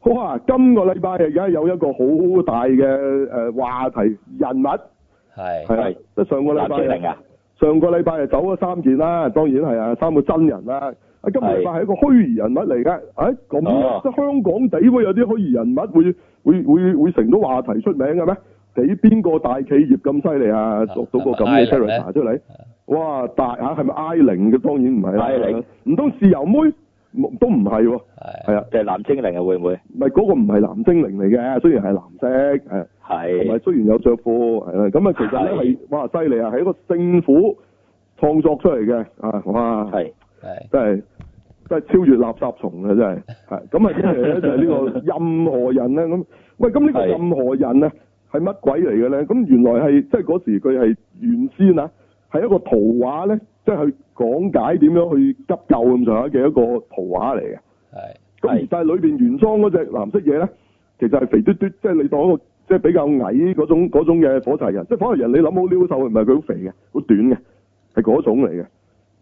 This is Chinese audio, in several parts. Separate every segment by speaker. Speaker 1: 好啊！今個禮拜而家有一個好大嘅誒話題人物
Speaker 2: 係
Speaker 1: 係啊
Speaker 3: 係，
Speaker 1: 即係上個禮
Speaker 3: 藍精靈
Speaker 1: 拜
Speaker 3: 啊，
Speaker 1: 上個禮拜就走咗三件啦，當然係啊，三個真人啦。啊，今個禮拜係一個虛擬人物嚟㗎。誒咁啊
Speaker 3: 哦
Speaker 1: 即係香港地會有啲虛擬人物會會會會成到話題出名嘅咩？俾邊個大企業咁犀利啊？做到個咁嘅
Speaker 2: 係咪 Island
Speaker 1: character 出嚟？哇！大嚇係咪 I 零嘅？當然唔係啦
Speaker 3: I 零，
Speaker 1: 唔通豉油妹唔都唔係喎？係
Speaker 2: 係
Speaker 1: 啊，
Speaker 3: 就係藍精靈啊，會唔會？
Speaker 1: 唔係嗰個唔係藍精靈嚟嘅，雖然係藍色，係同埋
Speaker 3: 係
Speaker 1: 雖然有着褲，係啦，咁啊其實咧
Speaker 3: 係
Speaker 1: 係哇犀利啊，係一個政府創作出嚟嘅啊，哇，
Speaker 3: 係
Speaker 2: 係
Speaker 1: 真係真係超越垃圾蟲啊，真係係咁啊，跟住咧就係呢個任何人咧咁，喂咁呢個
Speaker 3: 係
Speaker 1: 任何人啊係乜鬼嚟嘅咧？咁原來係即係嗰時佢係原先啊係一個圖畫咧，即係去講解點樣去急救咁上下嘅一個圖畫嚟嘅。
Speaker 2: 係
Speaker 1: 咁而
Speaker 3: 係
Speaker 1: 但係裏邊原裝嗰只藍色嘢咧，其實係肥嘟嘟，即係你當一個即係比較矮嗰種嗰種嘅火柴人，即係火柴人你諗好撩手，唔係佢好肥嘅，好短嘅，係嗰種嚟嘅。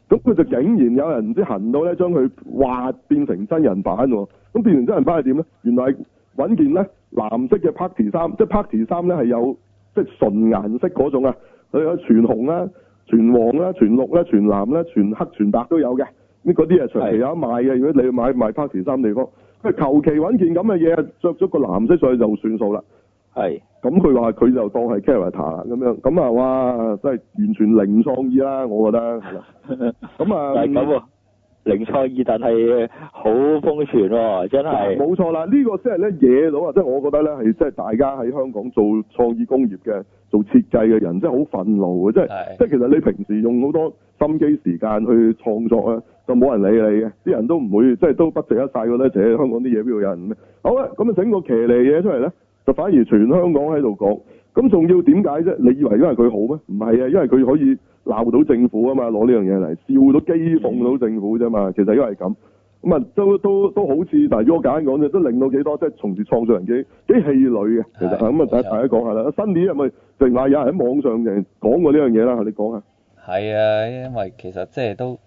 Speaker 1: 咁佢就竟然有人唔知行到咧，將佢畫變成真人版喎。咁變成真人版係點咧？原來係揾件咧藍色嘅 party 衫，即係 party 衫咧係有即係純顏色嗰種啊，佢有全紅啦、全黃啦、全綠啦、全藍啦、全黑、全白都有嘅。呢嗰啲係長期
Speaker 3: 係
Speaker 1: 有得賣嘅。如果你去買買 party 衫地方，佢求其揾件咁嘅嘢，着咗個藍色上去就算數啦。
Speaker 3: 係
Speaker 1: 咁佢話佢就當係 character 啦，咁樣咁啊，哇！真係完全零創意啦，我覺得係啦。咁 啊，
Speaker 3: 但係咁喎，零創意但係好瘋傳喎，真係
Speaker 1: 冇錯啦，呢、個先係咧惹到啊！即係我覺得咧係即係大家喺香港做創意工業嘅、做設計嘅人，真係好憤怒嘅，啊即係即
Speaker 2: 係
Speaker 1: 係其實你平時用好多心機時間去創作啊，就冇人理你嘅，啲人都唔會即係都不值一晒嘅咧，就係香港啲嘢邊度有人咩？好啦，咁啊整個騎呢嘢出嚟咧，就反而全香港喺度講，咁仲要點解啫？你以為因為佢好咩？唔係啊，因為佢可以鬧到政府啊嘛，攞呢樣嘢嚟笑到讥諷到政府啫嘛，其實因為咁。咁啊，都都都好似，但係如果我簡單講啫，都令到幾多即係從事創作人幾幾氣餒嘅，其實咁
Speaker 2: 係
Speaker 1: 啊，大
Speaker 2: 冇錯
Speaker 1: 大家講下啦。新年係咪淨話有人喺網上嘅講過呢樣嘢啦？你講下。
Speaker 2: 係啊，因為其實即係都誒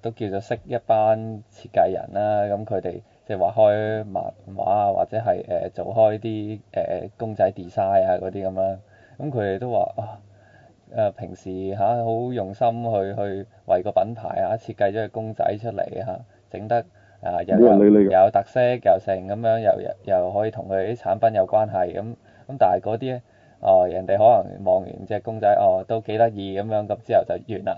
Speaker 2: 都叫做識一班設計人啦，咁佢哋即係畫開漫畫啊，或者係誒做開啲誒公仔 design 啊嗰啲咁啦，咁佢哋都話啊誒平時嚇好用心去去為個品牌啊設計咗個公仔出嚟嚇，整得啊又
Speaker 1: 冇人理
Speaker 2: 有
Speaker 1: 你㗎
Speaker 2: 又有特色又成咁樣，又又又可以同佢啲產品有關係咁咁，但係嗰啲咧。哦，人哋可能望完隻公仔，哦，都幾得意咁樣，咁之後就完啦，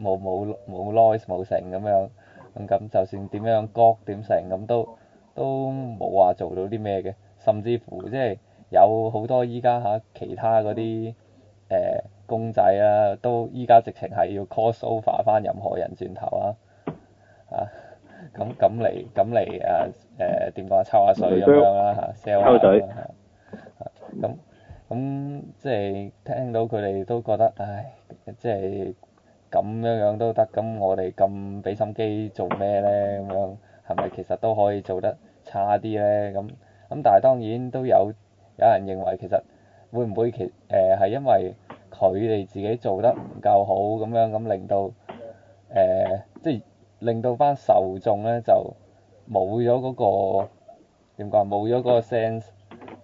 Speaker 2: 冇冇冇 noise 冇成咁樣，咁咁就算點樣割點成咁都都冇話做到啲咩嘅，甚至乎即係有好多依家嚇其他嗰啲誒公仔啦，都依家直情係要 cross over 翻任何人轉頭啊，啊咁咁嚟咁嚟誒誒點講啊，抽下水咁樣啦嚇，sell 啊
Speaker 3: 抽水
Speaker 2: 下啦嚇咁。咁即係聽到佢哋都覺得，唉，即係咁樣樣都得，咁我哋咁俾心機做咩呢？咁樣係咪其實都可以做得差啲呢？咁咁但係當然都有有人認為其實會唔會其誒係、因為佢哋自己做得唔夠好咁樣，咁令到誒、即係令到班受眾呢就冇咗嗰個點講啊，冇咗嗰個 sense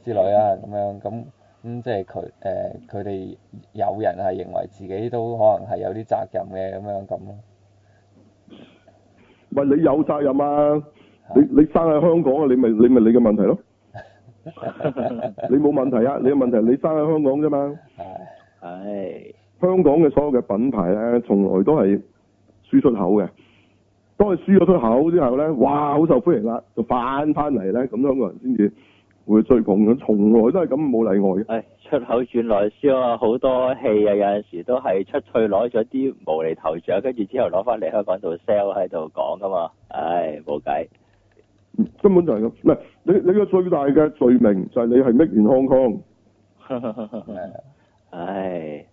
Speaker 2: 之類啦，咁樣咁。咁、即係佢誒，呃佢哋有人係認為自己都可能係有啲責任嘅咁樣咁咯。
Speaker 1: 喂，你有責任啊！你你生喺香港啊，你咪你咪你嘅問題 咯。你冇問題啊，你嘅問題係你生喺香港啫嘛。
Speaker 2: 係
Speaker 3: 係
Speaker 1: 香港嘅所有嘅品牌咧，從來都係輸出口嘅。當佢輸咗出口之後咧，哇，好受歡迎啦，就翻翻嚟咧，咁香港人先至會追捧嘅，從來都係咁，冇例外嘅。
Speaker 3: 唉，出口轉內銷啊，好多戲啊，有陣時都係出去攞咗啲無厘頭獎，跟住之後攞翻嚟香港度 sell 喺度講噶嘛，唉，冇 計，
Speaker 1: 根本就係咁。唔係你你個最大嘅罪名就係你係 make in Hong Kong，
Speaker 2: 誒
Speaker 3: 唉，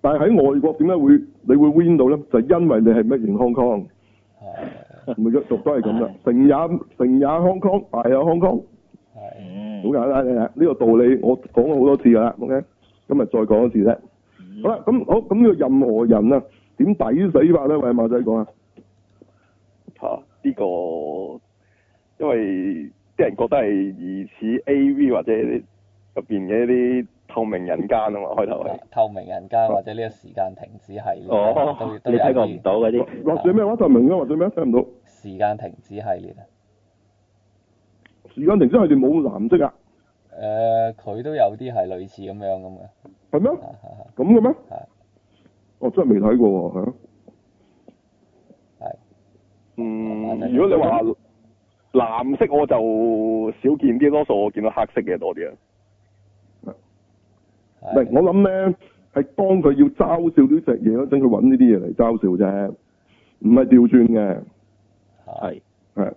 Speaker 1: 但係喺外國點解會你會 win 到咧？就係因為你係 make in Hong Kong，
Speaker 2: 係
Speaker 1: 咪一族都係咁啦。成也成也 Hong Kong，敗也 Hong Kong，
Speaker 2: 係
Speaker 3: 嗯
Speaker 1: 好，簡單嘅呢個道理我講咗好多次㗎啦。OK，今日再講一次啫。
Speaker 2: 嗯
Speaker 1: 好啦，咁好咁呢個任何人啊，點抵死法咧？喂，馬仔講啊，
Speaker 4: 嚇呢、個，因為啲人覺得係疑似 A.V. 或者入邊嘅一啲透明人間啊嘛，開頭係。
Speaker 2: 透明人間或者呢個時間停止系列，
Speaker 3: 哦
Speaker 2: 都，都
Speaker 3: 你
Speaker 2: 有
Speaker 3: 睇過唔
Speaker 2: 啲
Speaker 3: 到嗰啲，
Speaker 1: 或者咩話就明啊，或者咩聽唔到。
Speaker 2: 時間停止系列啊。
Speaker 1: 時間停止佢哋冇藍色啊，
Speaker 2: 誒、佢都有啲係類似咁樣咁嘅，
Speaker 1: 係咩？
Speaker 2: 啊啊啊
Speaker 1: 咁嘅咩
Speaker 2: 係？
Speaker 1: 我真係未睇過喎，係啊
Speaker 4: 嗯，如果你話藍色我就少見啲，多數我見到黑色嘅多啲啊。
Speaker 1: 唔係
Speaker 2: 係
Speaker 1: 我諗咧，係當佢要嘲笑呢隻嘢嗰陣，佢揾呢啲嘢嚟嘲笑啫，唔係調轉嘅。
Speaker 2: 係
Speaker 3: 係，
Speaker 1: 係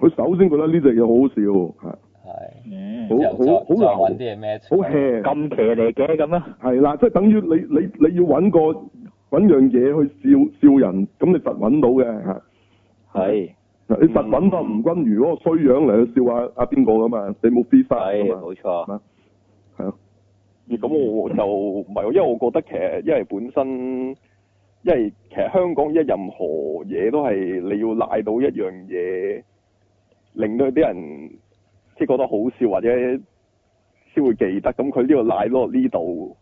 Speaker 1: 佢首先覺得呢隻嘢好好笑，係
Speaker 2: 係。
Speaker 3: 嗯
Speaker 1: 好
Speaker 2: 之後再
Speaker 1: 好
Speaker 2: 再
Speaker 1: 好
Speaker 2: 揾
Speaker 1: 流
Speaker 2: 啲嘢 match，
Speaker 1: 好 hea，
Speaker 3: 咁騎呢嘅咁啊，
Speaker 1: 係啦，即係等於你你你要揾個揾樣嘢去笑笑人，咁你實揾到嘅嚇。
Speaker 3: 係
Speaker 1: 你實揾翻吳君如嗰個衰樣嚟去笑下阿邊個噶嘛？你冇 free
Speaker 3: 係
Speaker 1: style 噶嘛？
Speaker 3: 冇
Speaker 1: 係
Speaker 3: 錯，
Speaker 1: 啊咯，
Speaker 4: 咁我就唔係喎，因為我覺得其實因為本身，因為其實香港一任何嘢都係你要賴到一樣嘢，令到啲人即係覺得好笑或者先會記得。咁佢呢度賴落呢度，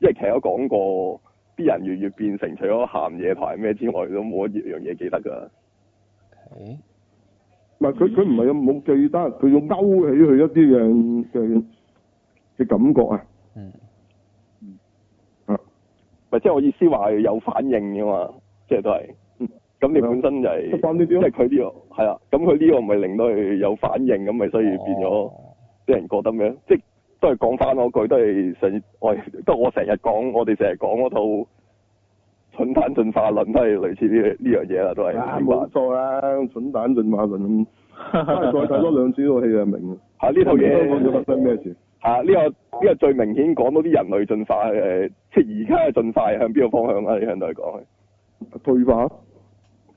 Speaker 4: 因為其實都講過，啲人越越變成除咗鹹嘢同埋咩之外，都冇一樣嘢記得㗎。
Speaker 2: 咦
Speaker 1: 唔係佢佢唔係冇記得，佢要勾起佢一啲嘅嘅嘅感覺啊！
Speaker 2: 嗯，
Speaker 4: 咪即係我意思話有反應㗎嘛，即係都係。咁你本身就係、
Speaker 1: 即係關呢啲
Speaker 4: 因
Speaker 1: 咯，
Speaker 4: 為佢呢個係啦，咁佢呢個咪令到佢有反應，咁咪所以變咗
Speaker 2: 哦
Speaker 4: 啲人覺得咩？即係都係講翻嗰句，都係成我都係我成日講，我哋成日講嗰套蠢蛋進化論都係類似呢呢樣嘢啦，都係
Speaker 1: 啊
Speaker 4: 呢
Speaker 1: 冇
Speaker 4: 個
Speaker 1: 錯啦，蠢蛋進化論咁，真係再睇多兩次套戲就明啦。
Speaker 4: 嚇呢套
Speaker 1: 香港就
Speaker 4: 嘢
Speaker 1: 發生咩事？
Speaker 4: 嚇呢個呢、個最明顯講到啲人類進化誒、即係而家嘅進化係向邊個方向啊？你向度嚟講
Speaker 1: 退化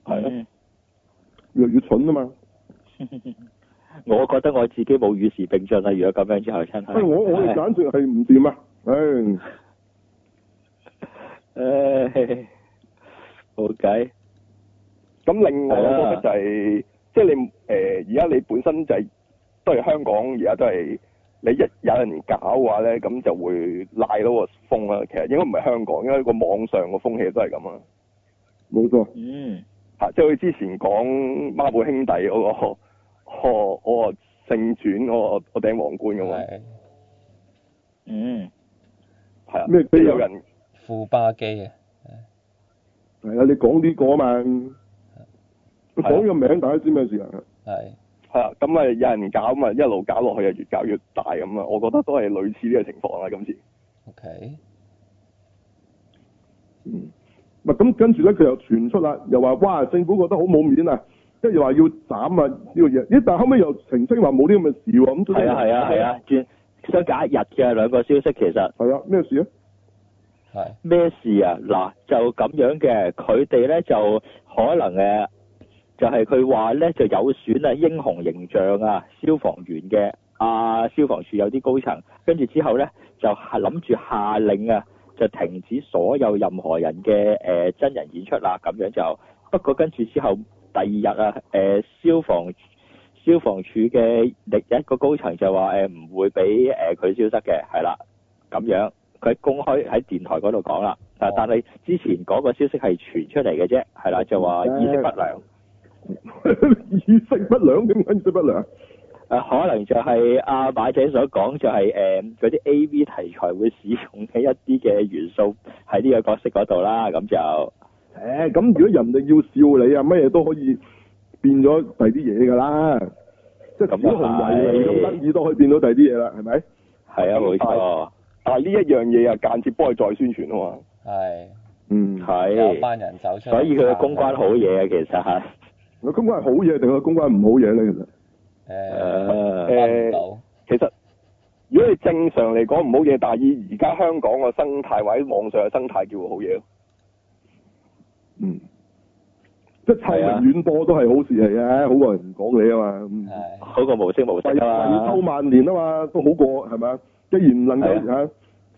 Speaker 4: 係咯。
Speaker 3: 嗯
Speaker 1: 越嚟越蠢啊嘛！
Speaker 3: 我覺得我自己冇與時並進啦，如果咁樣之後真
Speaker 1: 即
Speaker 3: 係，
Speaker 1: 係哎我我哋 簡直係唔掂啊！唉，
Speaker 3: 唉，冇計，
Speaker 4: 咁另外我
Speaker 3: 係
Speaker 4: 覺得
Speaker 3: 啊
Speaker 4: 就係、即係你誒，呃而、家你本身就係、都係香港，而家都係你一有人搞嘅話咧，咁就會賴到個風啦。其實應該唔係香港，因為個網上個風氣都係咁啊。
Speaker 1: 冇錯，
Speaker 3: 嗯，
Speaker 4: 嚇，即係佢之前講孖寶兄弟嗰、個 我我聖傳嗰個我頂皇冠咁啊，
Speaker 2: 係
Speaker 3: 嗯，
Speaker 4: 係啊，
Speaker 1: 咩
Speaker 4: 即係有人
Speaker 2: 富巴基啊，
Speaker 1: 係啊！你講呢個啊嘛，佢講呢個名，大家知咩事啊？
Speaker 2: 係
Speaker 4: 係啊，咁啊有人搞咁啊，一路搞落去啊，越搞越大咁啊。我覺得都係類似呢個情況啦，啊今次。
Speaker 2: OK，
Speaker 1: 嗯，咪咁跟住咧，佢又傳出啦，又話哇，政府覺得好冇面啊，跟住話要斬啊呢個嘢，咦？但後尾又澄清話冇啲咁嘅事喎，咁
Speaker 3: 係啊係啊係，啊，轉相隔一日嘅兩個消息其實。
Speaker 1: 係啊咩事啊？
Speaker 2: 係
Speaker 3: 咩事啊？嗱，就咁樣嘅，佢哋咧就可能誒，就係佢話咧就有損啊英雄形象啊，消防員嘅啊，消防處有啲高層，跟住之後咧就係諗住下令啊，就停止所有任何人嘅誒、呃真人演出啦，咁樣就不過跟住之後第二日啊，誒、消防消防處嘅另一個高層就話誒唔會俾誒佢消失嘅，係啦，咁樣。佢公開喺電台嗰度講啦，但
Speaker 2: 哦
Speaker 3: 但係之前嗰個消息係傳出嚟嘅啫，係啦，就話意識不良，
Speaker 1: 意識不良點解意識不良？啊
Speaker 3: 誒、呃可能就係阿馬仔所講就係誒嗰啲 A.V. 題材會使用嘅一啲嘅元素喺呢個角色嗰度啦，咁就
Speaker 1: 誒咁如果人哋要笑你啊，乜嘢都可以變咗第啲嘢㗎啦，即係
Speaker 3: 咁
Speaker 1: 小
Speaker 3: 又係
Speaker 1: 紅維尼咁得意都可以變到第啲嘢啦，係咪？
Speaker 3: 係啊，冇錯，
Speaker 4: 但係呢一樣嘢啊，間接幫佢再宣傳啊嘛。
Speaker 2: 係
Speaker 1: 嗯，
Speaker 2: 有
Speaker 3: 係，
Speaker 2: 班人走出嚟，
Speaker 3: 所以佢嘅公關好嘢啊，其實係
Speaker 1: 個公關係好嘢定個公關係唔好嘢咧？其實
Speaker 2: 誒
Speaker 3: 誒
Speaker 2: 分唔到，
Speaker 4: 其實如果你正常嚟講唔好嘢，但係以而家香港個生態或者網上嘅生態叫好嘢咯。
Speaker 1: 嗯，即係臭名遠播都係好事嚟嘅，好過人唔講你啊嘛。嗯
Speaker 2: 係
Speaker 3: 好過無聲無息
Speaker 1: 為
Speaker 3: 啊
Speaker 1: 為
Speaker 3: 嘛
Speaker 1: 秋，萬年啊嘛，都好過係咪啊？既然能夠
Speaker 3: 係
Speaker 1: 嚇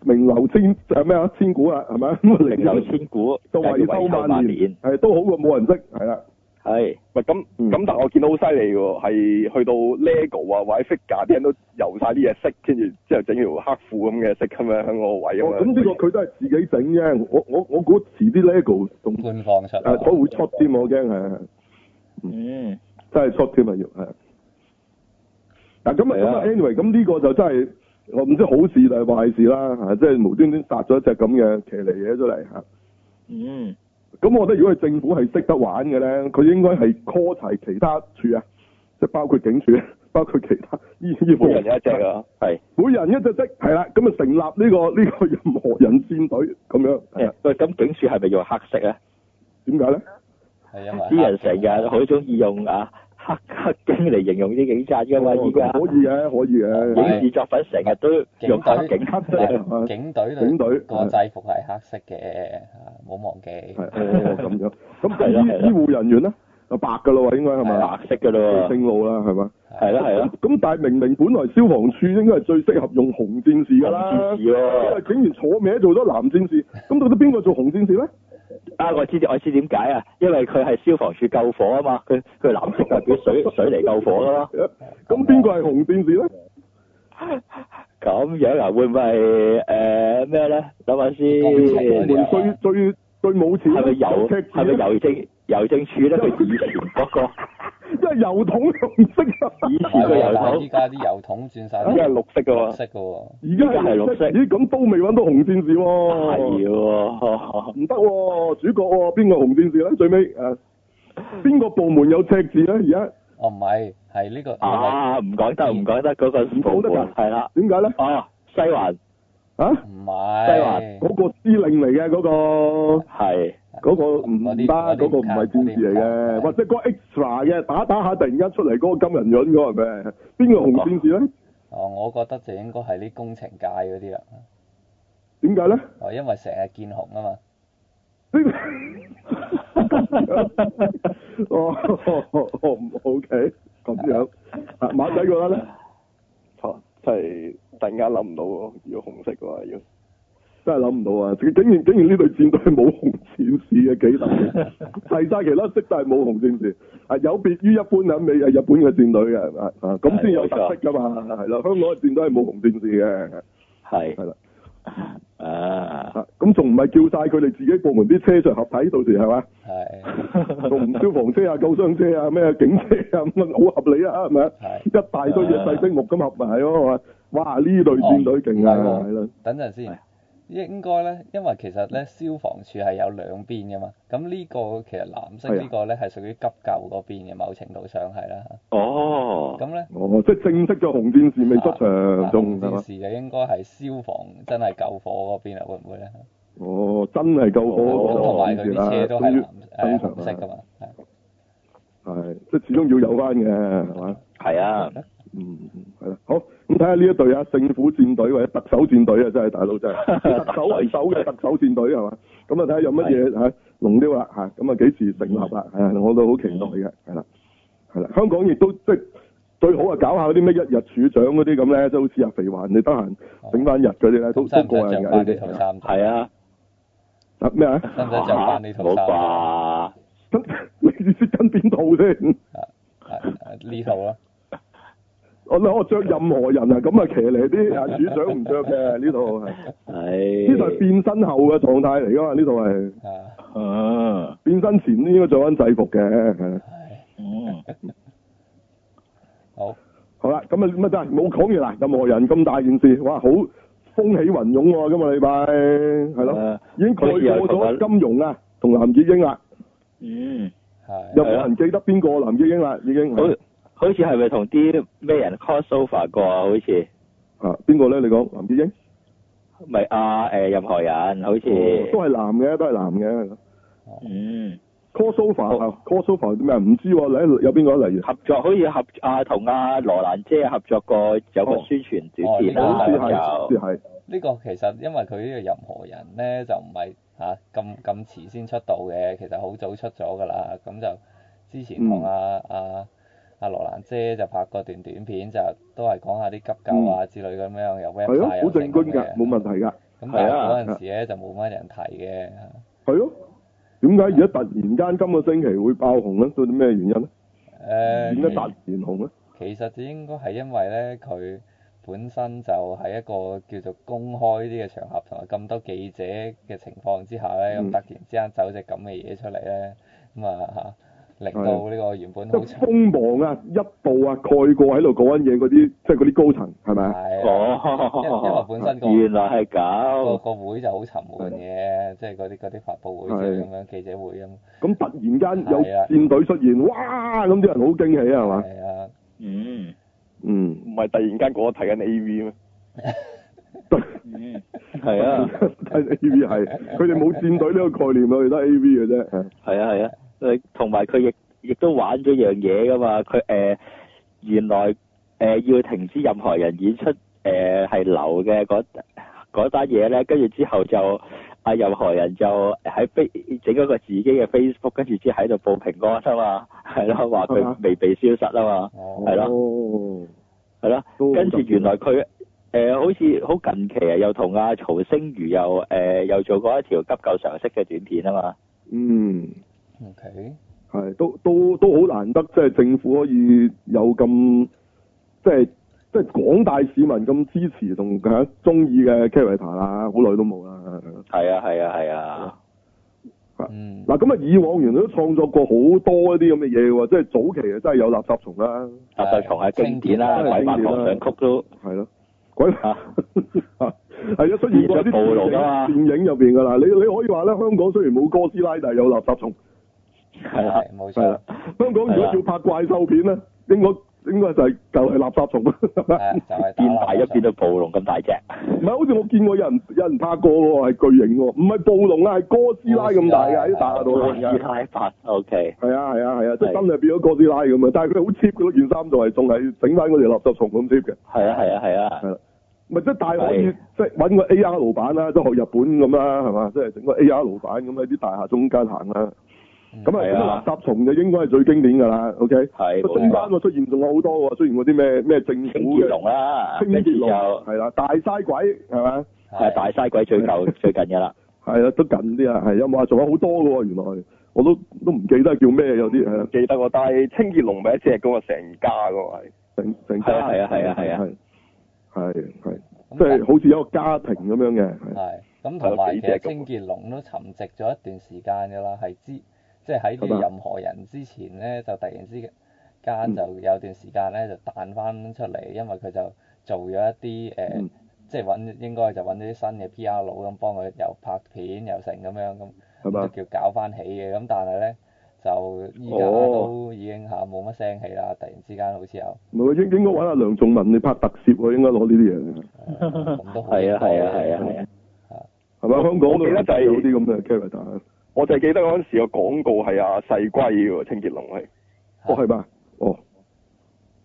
Speaker 1: 名流千誒咩啊 千古啦，係咪啊？咁
Speaker 3: 名
Speaker 1: 嚟
Speaker 3: 流千古，
Speaker 1: 到
Speaker 3: 就
Speaker 1: 為
Speaker 3: 係
Speaker 1: 秋
Speaker 3: 為秋
Speaker 1: 萬
Speaker 3: 萬
Speaker 1: 年
Speaker 3: 年，
Speaker 1: 係都好過冇人識，係啦。
Speaker 3: 係
Speaker 4: 喂，咁咁、
Speaker 1: 嗯
Speaker 4: 但係我見到好犀利喎，係去到 LEGO 啊或者 figure 啲人都油晒啲嘢色，跟住之後整條黑褲咁嘅色咁樣喺個位咁
Speaker 1: 哦
Speaker 4: 樣。
Speaker 1: 咁呢個佢都係自己整啫，我我我估遲啲 LEGO 仲
Speaker 2: 官方出，
Speaker 3: 啊
Speaker 1: 誒可會出添，我驚係。
Speaker 3: 嗯
Speaker 1: 真係出添啊要係。嗱咁啊咁
Speaker 3: 係
Speaker 1: 啊
Speaker 3: 啊
Speaker 1: ，anyway，咁呢個就真係我唔知好事定係壞事啦嚇，即係無端端殺咗一隻咁嘅騎呢嘢出嚟嚇。
Speaker 3: 嗯
Speaker 1: 咁我覺得如果係政府係識得玩嘅咧，佢應該係 call 齊其他處啊，即係包括警署， 包括其他醫醫護
Speaker 4: 每人有一隻，啊，
Speaker 3: 係。
Speaker 1: 每人一隻職係啦，咁啊成立呢、個 呢、個任何人戰隊咁樣，係啊
Speaker 3: 喂，咁警署係咪用黑色咧？
Speaker 1: 點解咧？
Speaker 2: 係因為
Speaker 3: 啲人成日好中意用啊黑黑警嚟形容啲警察噶嘛，
Speaker 1: 哦
Speaker 3: 依家
Speaker 1: 可以嘅，可以嘅，
Speaker 3: 影視作品成日都用黑警黑色。
Speaker 2: 黑警隊
Speaker 1: 警隊
Speaker 2: 個制服係黑色嘅，唔好忘記。
Speaker 1: 係哦咁 樣。咁
Speaker 3: 係啦啊
Speaker 1: 咁
Speaker 3: 係
Speaker 1: 醫
Speaker 3: 啦
Speaker 1: 醫護人員咧就白㗎啦喎，應該係咪？
Speaker 3: 白色噶咯喎，
Speaker 1: 正路啦，係嘛？
Speaker 3: 啊係啦係啦，啊
Speaker 1: 咁但係明明本來消防處應該係最適合用紅戰士㗎啦
Speaker 3: 紅戰，士啊喎
Speaker 1: 因為竟然坐歪做咗藍戰士，咁到底邊個做紅戰士咧？
Speaker 3: 啊我知我知點解啊，因為佢係消防處救火啊嘛，佢佢藍色代表 水水嚟救火咯，
Speaker 1: 咁邊個係紅戰士咧？
Speaker 3: 咁樣啊會唔會係誒咩咧？諗下
Speaker 2: 咁
Speaker 3: 先
Speaker 2: 係，
Speaker 1: 最最最最冇錢
Speaker 3: 啊係咪
Speaker 1: 有
Speaker 3: 郵
Speaker 1: 劇
Speaker 3: 係咪郵政郵政署咧？佢以前嗰
Speaker 1: 啊
Speaker 3: 個
Speaker 1: 因為油桶紅色啊，
Speaker 3: 以
Speaker 2: 但
Speaker 3: 前個郵
Speaker 2: 係依
Speaker 3: 筒
Speaker 2: 家啲油桶轉晒
Speaker 3: 啊
Speaker 4: 因為綠色噶
Speaker 2: 綠
Speaker 4: 嘛，
Speaker 2: 色嘅喎，
Speaker 1: 而家係
Speaker 3: 而家係綠色
Speaker 1: 咦咁都未揾到紅戰士
Speaker 3: 係啊
Speaker 1: 喎，
Speaker 3: 喎，
Speaker 1: 唔得喎，主角喎，邊個紅戰士咧？最尾誒邊個部門有赤字咧？而家
Speaker 2: 哦唔係，係呢個
Speaker 3: 啊唔講得唔講得嗰個
Speaker 1: 唔講得㗎
Speaker 3: 係啦，
Speaker 1: 點解咧？
Speaker 3: 哦西環
Speaker 1: 啊，
Speaker 2: 唔
Speaker 3: 西
Speaker 2: 係
Speaker 1: 嗰個司令嚟嘅嗰個。
Speaker 3: 係。
Speaker 1: 嗰個唔
Speaker 2: 嗰啲
Speaker 1: 得，
Speaker 2: 嗰啲
Speaker 1: 嗰個唔係戰士嚟
Speaker 2: 嗰
Speaker 1: 嘅，
Speaker 2: 啲
Speaker 1: 或者嗰個 extra 嘅打打下突然間出嚟嗰個金人樣嗰個係咩？邊個紅戰士咧？
Speaker 2: 哦，我覺得就應該係啲工程界嗰啲啦，
Speaker 1: 點解咧？
Speaker 2: 哦因為成日見紅啊嘛，
Speaker 1: 呢哦哦哦，OK，咁樣啊，馬仔覺得咧，
Speaker 4: 嚇真係突然間諗唔到喎，要紅色嘅話要。
Speaker 1: 真係諗唔到啊！竟然竟然呢隊戰隊冇紅戰士嘅幾特 別，係晒其他色但係冇紅戰士，啊有別於一般嘅美啊日本嘅戰隊嘅啊啊咁先有特色㗎嘛，係啦，香港嘅戰隊係冇紅戰士嘅。
Speaker 3: 係
Speaker 1: 係啦，
Speaker 3: 啊，
Speaker 1: 啊咁仲唔係叫晒佢哋自己部門啲車上合體，到時係 嘛？
Speaker 2: 係
Speaker 1: 仲唔消防車啊、救傷車啊、咩警車啊咁啊，好合理啊，係咪啊？
Speaker 2: 係
Speaker 1: 一。大堆嘢細聲木咁合埋咯，係嘛？哇！呢隊戰隊勁
Speaker 2: 哦
Speaker 1: 啊，係啦，
Speaker 2: 等陣先
Speaker 3: 係，
Speaker 2: 應該咧，因為其實咧消防處係有兩邊噶嘛，咁呢個其實藍色
Speaker 1: 係啊
Speaker 2: 呢個咧係屬於急救嗰邊嘅，某程度上係啦。
Speaker 3: 哦，
Speaker 2: 咁啊咧，
Speaker 1: 哦，即係正式嘅紅戰士未出場，仲係
Speaker 2: 戰
Speaker 1: 嘛？
Speaker 2: 士就應該係消防真係救火嗰邊啊，會唔會咧？
Speaker 1: 哦，真係救火
Speaker 4: 哦
Speaker 2: 咁同
Speaker 1: 嗰
Speaker 2: 埋
Speaker 1: 個
Speaker 2: 佢
Speaker 1: 戰士啦
Speaker 2: 啲，車都
Speaker 1: 終
Speaker 2: 係
Speaker 1: 於
Speaker 2: 藍誒
Speaker 1: 登
Speaker 2: 紅色
Speaker 1: 場
Speaker 2: 噶
Speaker 1: 啦，
Speaker 2: 嘛，係
Speaker 1: 係即係始終要有翻嘅，係嘛？
Speaker 3: 係啊，
Speaker 1: 嗯，係啦，好咁睇下呢一隊啊，政府戰隊或者特首戰隊啊，真係大佬真係 特首為首嘅特首戰隊係嘛？咁啊睇下有乜嘢嚇龍雕啦嚇，咁啊幾時成立啦？係啊，我都好期待嘅，係啦，係啦，香港亦都即係最好啊，搞下嗰啲咩一日處長嗰啲咁咧，即係好似阿肥環你得閒整翻日嗰啲咧，都
Speaker 2: 哦
Speaker 1: 都
Speaker 2: 咁使唔
Speaker 1: 過
Speaker 2: 使
Speaker 1: 癮
Speaker 2: 着翻呢
Speaker 1: 嘅
Speaker 2: 套
Speaker 1: 呢
Speaker 2: 衫？
Speaker 3: 係啊，
Speaker 1: 啲。啊咩啊？
Speaker 2: 使唔使着翻呢套
Speaker 3: 冇
Speaker 2: 衫？
Speaker 3: 啩？
Speaker 1: 跟你意思跟邊套先？
Speaker 2: 係係啊呢套咯，
Speaker 1: 我哦我着任何人啊，咁啊騎呢 啲啊處長唔着嘅呢度係。
Speaker 3: 係
Speaker 1: 呢度係變身後嘅狀態嚟噶嘛？呢度係
Speaker 2: 啊，
Speaker 3: 嗯
Speaker 1: 變身前應該着緊制服嘅。係
Speaker 2: 係
Speaker 3: 嗯，
Speaker 2: 好，
Speaker 1: 好啦，咁啊乜真係冇講完啦，任何人咁大件事，哇，好風起雲湧喎、今個禮拜係咯，
Speaker 3: 啊
Speaker 1: 已經蓋過咗金融啊，同藍潔瑛啦，
Speaker 3: 嗯，
Speaker 1: 有
Speaker 2: 係
Speaker 1: 冇人記得邊個藍潔瑛啊啦？已經
Speaker 3: 好好似係咪同啲咩人 crossover 過啊？好似
Speaker 1: 啊，邊個咧？你講藍潔瑛，
Speaker 3: 咪啊誒任何人好
Speaker 1: 哦都
Speaker 3: 似，
Speaker 1: 係男嘅，都係男嘅。
Speaker 3: 嗯，
Speaker 1: crossover 啊，crossover 咩啊？唔知喎，嚟有邊個例如？
Speaker 3: 合作好似合啊同阿羅蘭姐合作過有個
Speaker 1: 哦
Speaker 3: 宣傳短片
Speaker 2: 哦
Speaker 1: 好
Speaker 3: 啦，
Speaker 1: 似
Speaker 2: 呢
Speaker 1: 係，好似
Speaker 3: 有
Speaker 1: 係，
Speaker 2: 呢個其實因為佢呢個任何人咧就唔係嚇咁咁遲先出道嘅，其實好早出咗㗎啦。咁就之前同
Speaker 1: 嗯
Speaker 2: 阿阿阿羅蘭姐就拍過段短片，就都係講下啲急救啊之類咁樣，有 rap
Speaker 1: 嗯係咯，
Speaker 2: 曬
Speaker 1: 好
Speaker 2: 又
Speaker 1: 正經
Speaker 2: 成咁
Speaker 1: 㗎，
Speaker 2: 嘅。
Speaker 1: 冇問題㗎，
Speaker 2: 咁但
Speaker 3: 係
Speaker 2: 係
Speaker 3: 啊
Speaker 2: 嗰陣時咧就冇乜人提嘅。
Speaker 1: 係咯，點解而家突然間今個星期會爆紅咧？到底咩原因咧？
Speaker 2: 誒
Speaker 1: 嗯點解突然紅咧？
Speaker 2: 其實就應該係因為咧，佢本身就喺一個叫做公開啲嘅場合，同埋咁多記者嘅情況之下咧，咁、
Speaker 1: 嗯
Speaker 2: 突然之間走隻咁嘅嘢出嚟咧，咁啊嚇，令到呢個原本
Speaker 1: 即
Speaker 2: 好
Speaker 1: 係
Speaker 2: 長
Speaker 1: 鋒芒啊，一步啊蓋過喺度講緊嘢嗰啲，即係嗰啲高層係咪啊？
Speaker 2: 係啊因因為
Speaker 3: 哦，
Speaker 2: 本身個
Speaker 3: 原來係
Speaker 2: 個
Speaker 3: 咁，
Speaker 2: 個會就好沉悶嘅，即係嗰啲嗰啲發佈會即係咁樣記者會咁，
Speaker 1: 咁突然間有
Speaker 2: 係啊
Speaker 1: 戰隊出現，哇！咁啲人好驚喜啊，係嘛？
Speaker 2: 係啊，
Speaker 3: 嗯
Speaker 1: 嗯，
Speaker 4: 唔係突然間嗰個睇緊 A V 咩？
Speaker 3: 嗯，係啊，
Speaker 1: 但 A V 係佢哋冇戰隊呢個概念啊，佢哋得 A V 嘅啫。係
Speaker 3: 係啊，係啊，你同埋佢亦亦都玩咗樣嘢噶嘛，佢誒、呃原來誒、呃要停止任何人演出誒係、流嘅嗰嗰單嘢咧，跟住之後就啊任何人就呃喺 face 整一個自己嘅 Facebook，跟住之後喺度報平安啊嘛， 係咯，話
Speaker 1: 係嘛
Speaker 3: 佢未被消失啊嘛，
Speaker 1: 哦
Speaker 2: 我
Speaker 3: 係咯
Speaker 1: 咯，
Speaker 3: 係咯。
Speaker 1: 都
Speaker 3: 跟住原來佢誒、呃好似好近期啊，又同阿曹星如又誒、呃又做過一條急救常識嘅短片啊嘛。
Speaker 1: 嗯。
Speaker 2: OK，
Speaker 1: 係都都都好難得，即係政府可以有咁即係即係廣大市民咁支持同嚇中意嘅 character 啦，好耐都冇啦。
Speaker 3: 係啊係啊係啊，
Speaker 2: 嗯，
Speaker 1: 嗱咁啊，以往原來都創作過好多一啲咁嘅嘢喎，即係早期啊，真係有垃圾蟲啦，
Speaker 3: 垃圾蟲係經典啦，
Speaker 1: 真係經
Speaker 3: 鬼
Speaker 1: 典啦
Speaker 3: 馬狂想曲都
Speaker 1: 係咯，鬼
Speaker 3: 嚇
Speaker 1: 係啊，雖然過喺啲
Speaker 3: 暴露㗎嘛
Speaker 1: 電影電影入邊㗎啦，你你可以話咧，香港雖然冇哥斯拉，但係有垃圾蟲。
Speaker 3: 係
Speaker 2: 係，
Speaker 3: 啦
Speaker 2: 啊冇
Speaker 1: 係啦
Speaker 2: 錯，，
Speaker 1: 香港如果要拍怪獸片咧，應該應該就係就係垃圾蟲啦，係咪
Speaker 2: 係啊就係打
Speaker 3: 變大
Speaker 2: 籃
Speaker 3: 一
Speaker 2: 球
Speaker 3: 變到暴龍咁大隻，
Speaker 1: 唔 係，好似我見過有人有人拍過喎，係巨型喎，唔係暴龍啊，係哥斯拉咁大嘅喺大廈度
Speaker 3: 哥
Speaker 1: 行
Speaker 3: 斯
Speaker 1: 嘅。
Speaker 3: 拉拍 OK，
Speaker 1: 係啊係啊係啊，即係
Speaker 3: 哦啊係
Speaker 1: 真係變咗哥斯拉咁啊！但係佢好 cheap 嘅咯，件衫就係仲係整翻嗰條垃圾蟲咁 cheap 嘅，
Speaker 3: 係啊係啊係啊
Speaker 1: 係，啦。咪即係但係可以
Speaker 3: 係
Speaker 1: 即係揾個 A R 老闆啦，即係學日本咁啦，係嘛？即係整個 A R 老闆咁喺啲大廈中間行啦。
Speaker 2: 嗯
Speaker 1: 咁啊，
Speaker 3: 係啊
Speaker 1: 咁垃圾蟲就應該係最經典㗎啦。OK，啊
Speaker 3: 係
Speaker 1: 中間
Speaker 3: 冇錯
Speaker 1: 喎出現仲有好多喎，出現嗰啲咩咩政
Speaker 3: 清
Speaker 1: 府
Speaker 3: 潔
Speaker 1: 嘅
Speaker 3: 龍啊啦，
Speaker 1: 清
Speaker 3: 跟
Speaker 1: 潔
Speaker 3: 住
Speaker 1: 龍
Speaker 3: 就
Speaker 1: 係啦，大嘥鬼係咪？
Speaker 3: 係大嘥鬼最舊最近嘅啦，
Speaker 1: 係啊，都近啲啊，係有冇啊？仲有好多嘅喎，原來我都都唔記得叫咩，有啲係啊
Speaker 4: 唔記得喎，但係清潔龍咪一隻噶嘛，成家噶嘛係。
Speaker 1: 成成家
Speaker 3: 係啊係啊係啊係啊
Speaker 1: 係係係，
Speaker 2: 咁
Speaker 1: 即係好似有個家庭咁樣嘅，係
Speaker 2: 係，咁同埋其
Speaker 4: 係
Speaker 2: 實
Speaker 4: 咯幾隻咁
Speaker 2: 清潔龍都沉寂咗一段時間㗎啦，係之即係喺
Speaker 1: 係嘛
Speaker 2: 你任何人之前咧，就突然之間就有段時間咧就彈翻出嚟，因為佢就做咗一啲誒、呃
Speaker 1: 嗯
Speaker 2: 即係揾應該就揾咗啲新嘅 P.R. 佬咁幫佢又拍片又成咁樣咁，
Speaker 1: 係嘛？
Speaker 2: 咁就叫搞翻起嘅。咁但係咧就依家
Speaker 4: 哦
Speaker 2: 都已經嚇冇乜聲氣啦，突然之間好似有
Speaker 1: 唔係應應該揾阿梁仲文你拍特攝喎，應該攞呢啲嘢嘅，
Speaker 2: 呃咁都好
Speaker 3: 係啊係啊
Speaker 2: 應該嘅
Speaker 3: 係啊係啊，
Speaker 1: 係咪？香港
Speaker 4: 我記得就係
Speaker 1: 有啲咁嘅 character，啊
Speaker 4: 我就係記得嗰陣時個廣告係阿細龜喎，清潔龍係
Speaker 1: 哦係嘛？哦，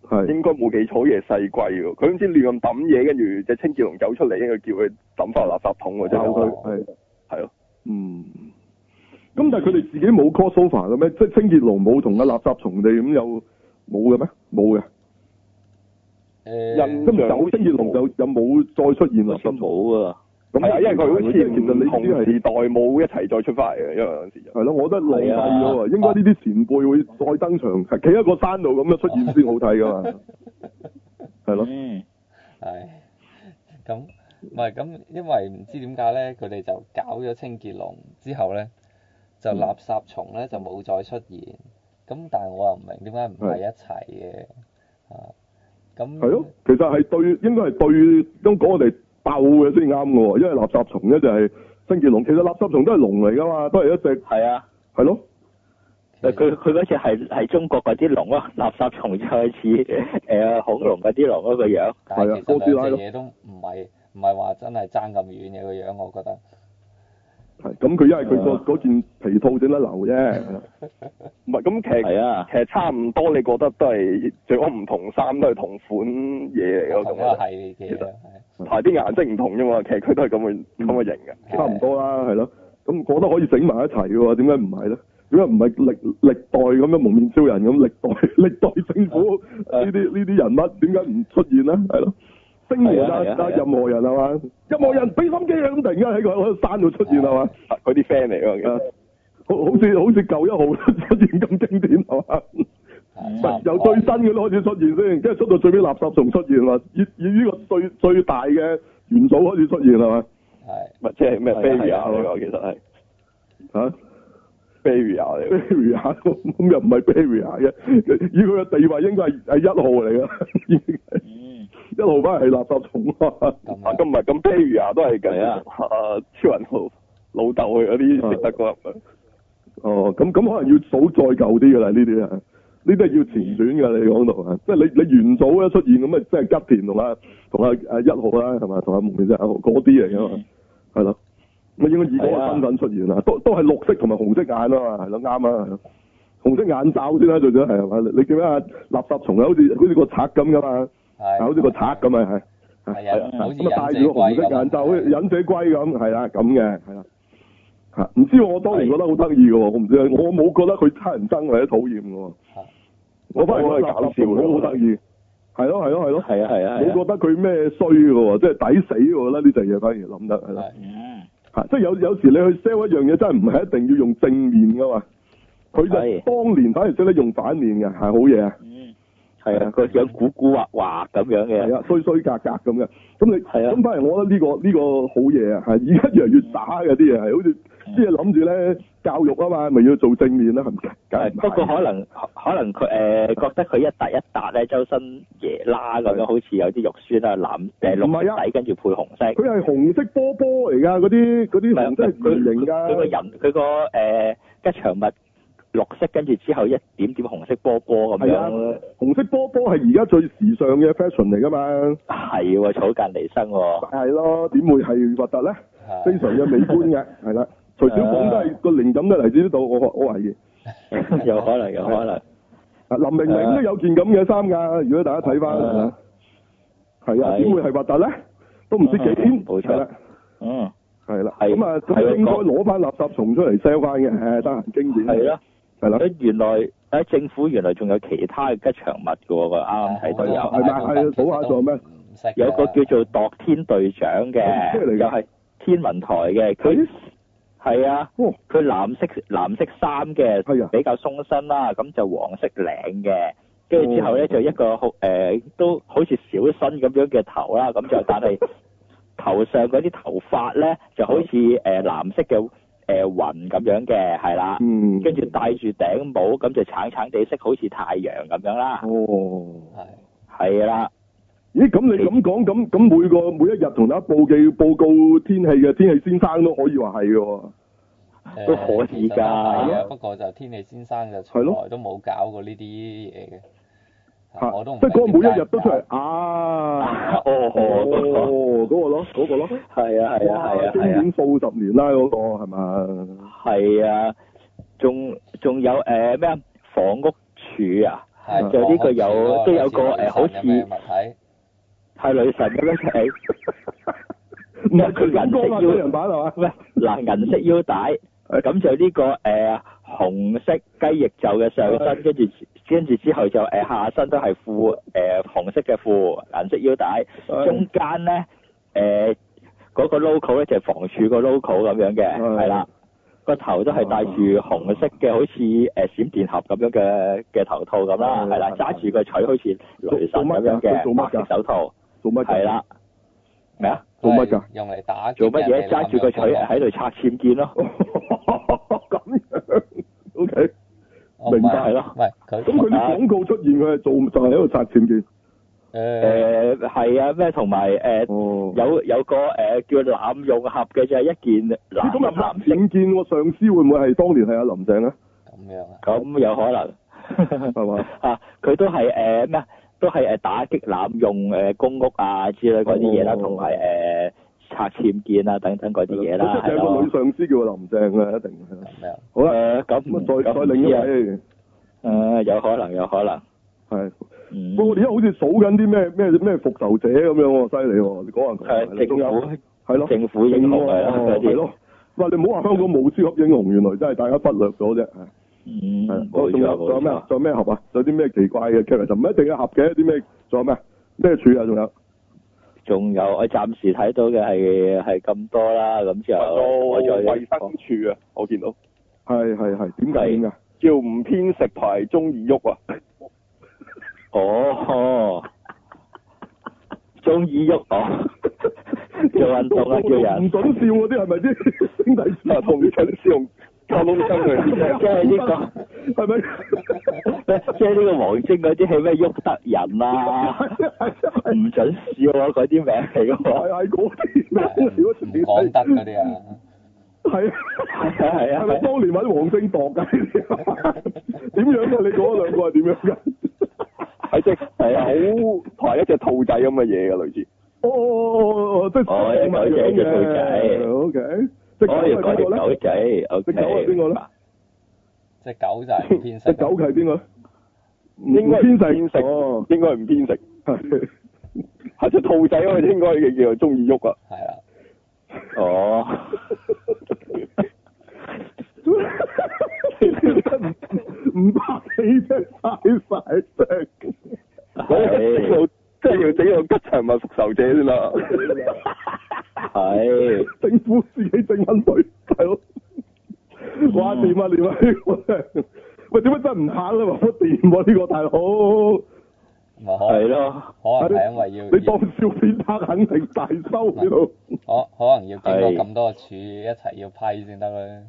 Speaker 1: 係
Speaker 4: 應該冇記錯，嘢細龜喎。佢唔知亂咁抌嘢，跟住隻清潔龍走出嚟，應該叫佢抌翻垃圾桶喎，
Speaker 1: 有
Speaker 4: 真係
Speaker 1: 佢
Speaker 4: 好
Speaker 2: 哦
Speaker 1: 係
Speaker 4: 係咯。
Speaker 1: 嗯。咁但係佢哋自己冇 crossover 嘅咩？即係清潔龍冇同阿垃圾蟲地咁有冇嘅咩？冇嘅。
Speaker 2: 誒
Speaker 1: 咁有星熱龍就又冇再出現
Speaker 3: 好
Speaker 1: 垃
Speaker 3: 似
Speaker 1: 圾蟲，
Speaker 3: 冇啊，
Speaker 1: 咁
Speaker 4: 係啊，因為佢好
Speaker 1: 即係其
Speaker 4: 似
Speaker 1: 實
Speaker 4: 唔
Speaker 1: 你
Speaker 4: 同
Speaker 1: 知係
Speaker 4: 時代冇一齊再出翻嚟嘅，因為嗰陣時就
Speaker 1: 係咯，我覺得浪費咗
Speaker 3: 係
Speaker 1: 啊！
Speaker 3: 啊
Speaker 1: 應該呢啲前輩會再登場，係企喺個山度咁樣出現先好睇噶 嘛，係咯，
Speaker 3: 嗯，
Speaker 2: 係，咁唔係咁，因為唔知點解咧，佢哋就搞咗清潔龍之後咧，
Speaker 1: 嗯
Speaker 2: 就垃圾蟲咧就冇再出現。咁但係我又唔明點解唔係一齊嘅啊？咁
Speaker 1: 係咯，其實係對應該係對香港我哋鬥嘅先啱嘅喎，因為垃圾蟲咧就係清潔龍，其實垃圾蟲都係龍嚟噶嘛，都係一隻
Speaker 3: 係啊。
Speaker 1: 係咯，
Speaker 2: 其
Speaker 3: 誒
Speaker 2: 實
Speaker 3: 佢佢嗰隻係係中國嗰啲龍咯，垃圾蟲就係似誒恐龍嗰啲龍嗰個樣，
Speaker 2: 但係
Speaker 1: 係啊
Speaker 2: 其實
Speaker 1: 哥斯拉
Speaker 2: 兩
Speaker 1: 咯
Speaker 2: 隻嘢都唔係唔係話真係爭咁遠嘅個樣，我覺得
Speaker 1: 係咁佢因為佢
Speaker 4: 啊
Speaker 1: 個嗰件皮套整得流啫，
Speaker 4: 唔係咁，其實
Speaker 3: 係啊，
Speaker 4: 其實差唔多，你覺得都係最好唔同衫都係同款嘢
Speaker 1: 啊
Speaker 4: 嚟咯，
Speaker 2: 同
Speaker 4: 咁
Speaker 2: 一個
Speaker 4: 樣
Speaker 2: 系列嘅嘢係
Speaker 4: 排啲顏色唔同啫嘛。其實佢都係咁嘅咁嘅型嘅。
Speaker 1: 差唔多啦，係咯，咁我覺得可以整埋一齊嘅喎，點解唔係咧？點解唔係歷歷代咁樣蒙面超人咁歷代 歷代政府
Speaker 3: 啊
Speaker 1: 呢啲呢啲人物點解唔出現咧？係咯，星爺啊
Speaker 3: 係啊係啊係
Speaker 1: 啊
Speaker 3: 啊
Speaker 1: 任何人係嘛？任何人俾心機啊咁突然間喺個喺個山度出現係嘛？
Speaker 4: 嗰啲 friend 嚟咯，其實
Speaker 1: 啊好好似好似舊一號 出現咁經典係
Speaker 3: 啊
Speaker 1: 嘛？唔係由最新嘅開始出現先，跟住出到最尾垃圾仲出現啦，以以呢個最最大嘅元素開始出現係嘛？
Speaker 2: 係
Speaker 4: 咪即係咩
Speaker 3: 係啊係
Speaker 4: Barrier
Speaker 3: 啊
Speaker 4: 嚟㗎？其實係
Speaker 1: 嚇
Speaker 4: Barrier 嚟㗎。
Speaker 1: Barrier 啊咁又唔係啊 Barrier 嘅，以佢嘅地位應該係係一號嚟嘅，已經係
Speaker 3: 嗯，
Speaker 1: 一號翻係垃圾桶啊！
Speaker 2: 咁
Speaker 4: 啊，
Speaker 2: 樣
Speaker 4: 咁唔係咁 Barrier 都係近
Speaker 3: 係啊
Speaker 4: 啊超人老老豆佢嗰啲識得嗰啊入
Speaker 1: 哦，咁咁可能要數再舊啲噶啦，呢啲啊，呢啲係要前選噶，你講到啊，即係你你元祖咧出現咁啊，即係吉田同啊同啊啊一號啦，係嘛，同阿蒙面仔一號嗰啲嚟噶
Speaker 3: Ừ.
Speaker 1: 嘛，係咯，咁應該以嗰
Speaker 3: 係
Speaker 1: 個
Speaker 3: 啊
Speaker 1: 身份出現啦，都都係綠色同埋紅色眼啊嘛，係咯啱啊，係咯紅色眼罩先啦，最緊係係嘛，你你記唔記得啊垃圾蟲啊，好似好似個賊咁噶嘛，
Speaker 2: 係
Speaker 1: 好似個賊咁啊，係。
Speaker 2: 係啊，好似
Speaker 1: 咁啊，戴住
Speaker 2: 忍者
Speaker 1: 個紅
Speaker 2: 龜
Speaker 1: 色
Speaker 2: 咁
Speaker 1: 眼罩，好似忍者龜咁，係啦，咁嘅，係啦，嚇！唔知我當然覺得好得意嘅喎，我唔知，我冇覺得佢差人憎或者討厭嘅喎
Speaker 2: 係，
Speaker 1: 我反而覺
Speaker 4: 我
Speaker 1: 得
Speaker 4: 覺得
Speaker 1: 搞
Speaker 4: 搞
Speaker 1: 笑
Speaker 4: 笑
Speaker 1: 好好得意，係咯係咯係咯，
Speaker 3: 係啊係啊
Speaker 1: 冇
Speaker 3: 係啊，
Speaker 1: 覺得佢咩衰嘅喎，即係抵死嘅啦呢隻嘢，反而諗得係啦，
Speaker 2: 係
Speaker 3: 嗯，
Speaker 1: 嚇！即係有有時你去 sell 一樣嘢，真係唔係一定要用正面嘅嘛，佢就
Speaker 3: 係
Speaker 1: 當年反而識得用反面嘅，係好嘢啊！
Speaker 3: 嗯，係啊，佢有古古惑惑咁樣
Speaker 1: 係
Speaker 3: 嘅，
Speaker 1: 啊，衰衰格格咁嘅。咁你
Speaker 3: 係啊
Speaker 1: 咁反而我覺得呢、個呢、個好嘢啊，係而家越嚟越渣嘅啲嘢係，好似
Speaker 3: 嗯
Speaker 1: 啲嘢諗住咧教育啊嘛，咪要做正面啦，係咪？梗係唔係
Speaker 3: 不過可能可能佢誒、覺得佢一笪一笪咧，周身耶啦咁
Speaker 1: 係
Speaker 3: 樣，好似有啲肉酸啊，藍誒
Speaker 1: 唔係
Speaker 3: 綠
Speaker 1: 啊
Speaker 3: 色底跟住配紅色。
Speaker 1: 佢係紅色波波嚟㗎，嗰啲嗰啲
Speaker 3: 係啊
Speaker 1: 紅色係圓形
Speaker 3: 佢個
Speaker 1: 㗎，
Speaker 3: 人佢個誒吉祥物綠色，跟住之後一點點紅色波波咁
Speaker 1: 係啊
Speaker 3: 樣，，
Speaker 1: 紅色波波係而家最時尚嘅 fashion 嚟㗎嘛，
Speaker 3: 係喎，草間離生 喎，
Speaker 1: 係咯，點會係核突咧？
Speaker 2: 係
Speaker 1: 非常嘅美觀嘅，係啦，徐小鳳都係個靈感都係嚟自呢度，我我懷疑。
Speaker 3: 有可能有可能，
Speaker 1: 啊，林明明都有件咁嘅衫㗎，如果大家睇翻，係啊
Speaker 3: 啊
Speaker 1: 係啊，
Speaker 3: 係
Speaker 1: 點會係核突咧？都唔知幾
Speaker 3: 嗯
Speaker 1: 點，
Speaker 3: 冇錯
Speaker 1: 係啦，
Speaker 3: 嗯，
Speaker 1: 係啦，
Speaker 3: 係
Speaker 1: 咁啊，
Speaker 3: 係
Speaker 1: 咁
Speaker 3: 咯
Speaker 1: 應該攞翻垃圾蟲出嚟 sell 翻嘅，誒，得閒經典，
Speaker 3: 係，咯，
Speaker 1: 係啦，
Speaker 3: 咁原來喺政府原來仲有其他嘅吉祥物嘅喎，我啱啱睇到
Speaker 1: 係啊
Speaker 3: 有。
Speaker 1: 係咪係啊補下仲有咩
Speaker 2: 唔識㗎
Speaker 3: 有個叫做度天隊長嘅，
Speaker 1: 哦咩嚟㗎
Speaker 3: 又係天文台嘅，佢
Speaker 1: 咦
Speaker 3: 係啊，
Speaker 1: 哦，
Speaker 3: 佢藍色藍色衫嘅
Speaker 1: 係啊，
Speaker 3: 比較鬆身啦，咁就黃色領嘅，跟住之
Speaker 1: 哦
Speaker 3: 後咧就一個好誒、都好似小新咁樣嘅頭啦，咁就 但係頭上嗰啲頭髮咧就
Speaker 1: 哦
Speaker 3: 好似誒、藍色嘅誒、雲咁樣嘅，係啦，
Speaker 1: 嗯，
Speaker 3: 跟住戴住頂帽咁就橙橙地色，好似太陽咁樣啦，
Speaker 1: 哦，
Speaker 2: 係
Speaker 3: 係啦。
Speaker 1: 咦，咁你咁講，咁咁每個每一日同大家報記報告天氣嘅天氣先生都可以話係嘅
Speaker 2: 啊
Speaker 1: 喎，
Speaker 2: 誒
Speaker 3: 都可
Speaker 2: 其
Speaker 3: 以㗎
Speaker 2: 實都
Speaker 1: 係
Speaker 2: 係啊，不過就天氣先生就
Speaker 1: 係
Speaker 2: 從
Speaker 1: 咯
Speaker 2: 來都冇搞過呢啲嘢嘅。
Speaker 1: 嚇
Speaker 2: 啊我都唔
Speaker 1: 即係嗰個
Speaker 2: 明
Speaker 1: 每
Speaker 2: 點解
Speaker 1: 一日都出嚟
Speaker 2: 搞
Speaker 1: 啊，
Speaker 3: 哦，哦，
Speaker 1: 哦，嗰個咯，嗰個咯，
Speaker 3: 係啊，係啊，
Speaker 1: 哇
Speaker 3: 係啊，
Speaker 1: 經
Speaker 3: 係啊，
Speaker 1: 典數十年啦，嗰個係咪？
Speaker 3: 係啊，仲仲有誒咩啊？房屋署啊，
Speaker 2: 係
Speaker 3: 就呢個有都有個誒好似
Speaker 2: 嘅物體，
Speaker 3: 係女神咁樣誒，
Speaker 1: 唔係佢咁講嘛，真人啊版係嘛？
Speaker 3: 喂，嗱銀色腰帶，咁就呢個誒紅色雞翼袖嘅上身，跟住跟住之後就誒下身都係褲誒紅色嘅褲，銀色腰帶，中間咧誒嗰個 logo 咧就係房署個 logo 咁樣嘅，係啦。個頭都係
Speaker 1: 哦
Speaker 3: 戴住紅色嘅，好似誒閃電俠咁樣嘅嘅頭套咁啦，係啦，揸住個錘好似雷神咁樣
Speaker 1: 哦做乜㗎
Speaker 3: 嘅白色手套，
Speaker 1: 做乜㗎？
Speaker 3: 係啦，咩啊？
Speaker 1: 做乜㗎
Speaker 2: 佢係用嚟打
Speaker 3: 做乜嘢？揸住個錘
Speaker 2: 喺
Speaker 3: 喺度拆僭建咯，
Speaker 1: 咁樣，OK。明白
Speaker 3: 係咯
Speaker 2: 哦唔係佢
Speaker 1: 咁佢啲
Speaker 3: 啊
Speaker 1: 廣告出現，佢係做就係喺度砸僭建。
Speaker 2: 誒
Speaker 3: 誒係啊咩？同埋誒
Speaker 1: 哦有
Speaker 3: 有有個誒叫濫用盒嘅就係一件藍
Speaker 1: 咁啊，砸
Speaker 3: 藍色
Speaker 1: 僭建喎，上司會唔會係當年係阿林鄭啊？
Speaker 2: 咁樣啊，
Speaker 3: 咁有可能
Speaker 1: 係嘛？
Speaker 3: 啊，佢都係誒咩啊？都係誒打擊濫用誒公屋啊之類嗰啲嘢啦，
Speaker 1: 哦
Speaker 3: 同埋誒拆僭建啊等等嗰啲嘢啦，
Speaker 1: 即係
Speaker 3: 係
Speaker 1: 有個
Speaker 3: 咯
Speaker 1: 女。上司叫阿林鄭嘅，一定係啦。
Speaker 2: 咁樣啊
Speaker 1: 好啦，
Speaker 3: 誒咁
Speaker 1: 咁
Speaker 3: 唔
Speaker 1: 啊，再
Speaker 3: 咁唔
Speaker 1: 再另一
Speaker 3: 知啊
Speaker 1: 位
Speaker 3: 誒有可能有可能。
Speaker 1: 係。
Speaker 3: 嗯
Speaker 1: 不過我哋而家好似數緊啲咩咩咩復仇者咁樣喎，犀利喎！你講下
Speaker 3: 係政
Speaker 1: 係咯
Speaker 3: 府，政府英雄係啦
Speaker 1: 哦
Speaker 3: 嗰
Speaker 1: 係
Speaker 3: 啲。
Speaker 1: 咯。喂，你唔好話香港冇超級英雄，原來真係大家忽略咗啫。係
Speaker 3: 嗯
Speaker 1: 係，仲
Speaker 3: 冇
Speaker 1: 有仲
Speaker 3: 錯
Speaker 1: 有
Speaker 3: 冇
Speaker 1: 咩
Speaker 3: 錯
Speaker 1: 啊？。仲有咩盒啊？仲有啲咩奇怪嘅 character？唔一定係盒嘅，啲咩？仲有咩？咩柱啊？仲有
Speaker 3: 仲有我暫時睇到嘅係係咁多啦，咁就
Speaker 4: 到
Speaker 3: 我再
Speaker 4: 衞生署啊，我見到
Speaker 1: 係係係，點解
Speaker 3: 係
Speaker 1: 點解？
Speaker 4: 叫唔偏食牌中意喐啊，
Speaker 3: 哦，中意喐我， 做運動啊，叫
Speaker 1: 唔
Speaker 3: 人，
Speaker 1: 准笑嗰啲係咪先？兄弟
Speaker 4: 嗱同你睇笑，靠到憎
Speaker 3: 即
Speaker 4: 佢，
Speaker 3: 係呢
Speaker 1: 係咪？
Speaker 3: 個，即係呢個王晶嗰啲戲咩喐得人啊，唔準笑啊嗰啲名嚟噶喎，
Speaker 1: 係係嗰啲 咩？
Speaker 2: 啊唔講得嗰啲啊，
Speaker 1: 係啊
Speaker 3: 係啊係
Speaker 1: 係咪
Speaker 3: 啊，
Speaker 1: 當年揾黃正度㗎？ 點樣㗎？你嗰兩個係點樣㗎？
Speaker 4: 係即
Speaker 3: 係啊係
Speaker 4: 係口排一隻兔仔咁嘅嘢嘅類似，
Speaker 1: 哦哦哦，即係
Speaker 3: 哦一隻狗仔一隻兔仔
Speaker 1: O K，隻狗
Speaker 3: 我
Speaker 1: 係
Speaker 3: 哦要
Speaker 1: 邊個
Speaker 3: 講條
Speaker 1: 咧？
Speaker 3: 狗仔
Speaker 1: 隻狗係邊個咧？
Speaker 2: 只狗就係
Speaker 3: ，OK，
Speaker 2: 唔偏 食
Speaker 1: 隻。
Speaker 2: 啊
Speaker 1: 狗係邊個咧？
Speaker 4: 應該
Speaker 1: 偏
Speaker 4: 唔偏 食
Speaker 1: 哦，
Speaker 4: 應該唔偏食，
Speaker 1: 係
Speaker 4: 係隻兔仔佢應該嘅叫做中意喐啊，
Speaker 2: 係啦，
Speaker 3: 哦，
Speaker 1: 唔拍你啫，晒晒 聲。
Speaker 3: 哎
Speaker 4: 嗰啲整到即係要整到吉祥物復仇者先啦，
Speaker 3: 係。
Speaker 1: 政府自己整緊隊，大佬。哇！掂啊掂啊！ 呢個真係喂，點解真係唔拍咧？話不掂喎呢個大佬，
Speaker 2: 咪啊可
Speaker 3: 係咯，
Speaker 2: 可能係因為要
Speaker 1: 你當笑片拍肯定大收呢度
Speaker 2: 可可能要經過
Speaker 3: 係
Speaker 2: 咁多個處一齊要批先得啦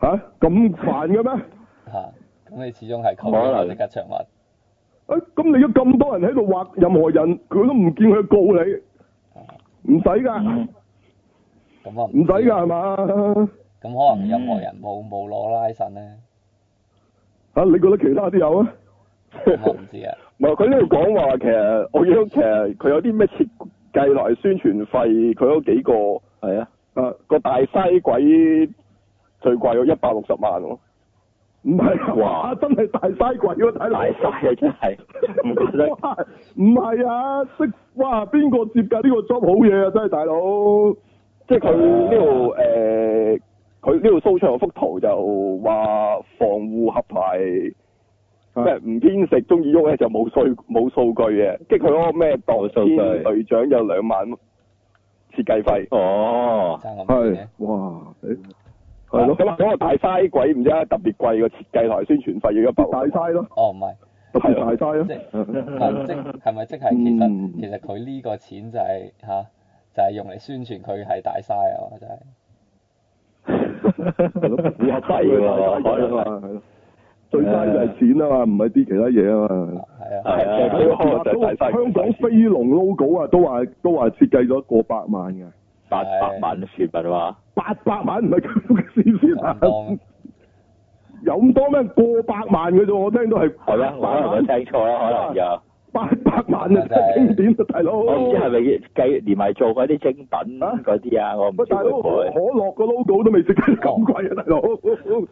Speaker 1: 吓咁煩嘅咩？
Speaker 2: 嚇。咁你始終係扣
Speaker 3: 可
Speaker 2: 咗
Speaker 3: 能
Speaker 2: 隻吉祥物，
Speaker 1: 啊咁你而家咁多人喺度畫任何人，佢都唔見佢告你，唔使㗎，
Speaker 2: 啊
Speaker 3: 嗯
Speaker 2: 咁啊
Speaker 1: 唔使㗎係嘛？
Speaker 2: 咁可能任何人冇冇攞拉神咧，
Speaker 1: 嚇你覺得其他啲有啊？
Speaker 2: 咁我唔知啊。
Speaker 4: 唔係佢呢度講話其實我見到其實佢有啲咩設計落嚟宣傳費，佢嗰幾個。
Speaker 3: 係啊，
Speaker 1: 啊
Speaker 4: 個大西鬼最貴有一百六十萬喎，
Speaker 1: 唔係啊
Speaker 3: 哇
Speaker 1: 哇！ 真係大嘥鬼喎，大佬
Speaker 3: 大。晒啊真係，唔 覺得
Speaker 1: 哇唔係啊，識哇邊個接㗎？呢、個 job 好嘢啊，真係大佬。
Speaker 4: 即係佢呢度誒，佢呢度 show 出嚟幅圖就話防護合牌，
Speaker 1: 啊
Speaker 4: 即係唔偏食中意喐咧就冇數 冇數據嘅，即係佢嗰個咩
Speaker 3: 冇數據
Speaker 4: 代隊長有兩萬設計費。
Speaker 3: 哦，
Speaker 2: 爭咁
Speaker 1: 係
Speaker 2: 遠嘅，
Speaker 1: 哇！你
Speaker 4: 係咯，咁啊，咁啊大嘥鬼唔知啊，特別貴個設計同埋宣傳費要一百六
Speaker 1: 大
Speaker 4: 十萬。
Speaker 1: 嘥咯，
Speaker 2: 哦唔係，
Speaker 1: 特別大嘥
Speaker 2: 即係
Speaker 1: 咯。
Speaker 2: 唔係即係咪即係其
Speaker 1: 嗯
Speaker 2: 實其實佢呢個錢就係吓，就係用嚟宣傳佢係大晒啊嘛，真係。
Speaker 1: 係咯
Speaker 3: 係啊可能係
Speaker 1: 係咯，最嘥就係錢啊嘛，唔係啲其他嘢啊嘛。
Speaker 2: 係啊，
Speaker 3: 係
Speaker 4: 其實
Speaker 3: 啊，
Speaker 4: 佢可能就係大嘥
Speaker 1: 香港飛龍 logo 啊，都話都話設計咗過百萬嘅，
Speaker 3: 八百萬全民話，
Speaker 1: 八百萬唔係咁嘅事先啊
Speaker 2: 咁！多 咩
Speaker 1: 有咁多咩？過百萬嘅啫，我聽到係
Speaker 3: 係咩？可能我聽錯啦，可能又，
Speaker 1: 八百萬啊，
Speaker 2: 真係
Speaker 1: 經典啊，大佬！
Speaker 3: 我唔知係咪計連埋做嗰啲精品
Speaker 1: 啊
Speaker 3: 嗰啲
Speaker 4: 哦
Speaker 3: 啊，我唔
Speaker 1: 喂，
Speaker 3: 知
Speaker 1: 大佬，
Speaker 3: 會唔
Speaker 1: 可
Speaker 3: 會，
Speaker 1: 樂個 logo 都未食咁貴啊，大佬！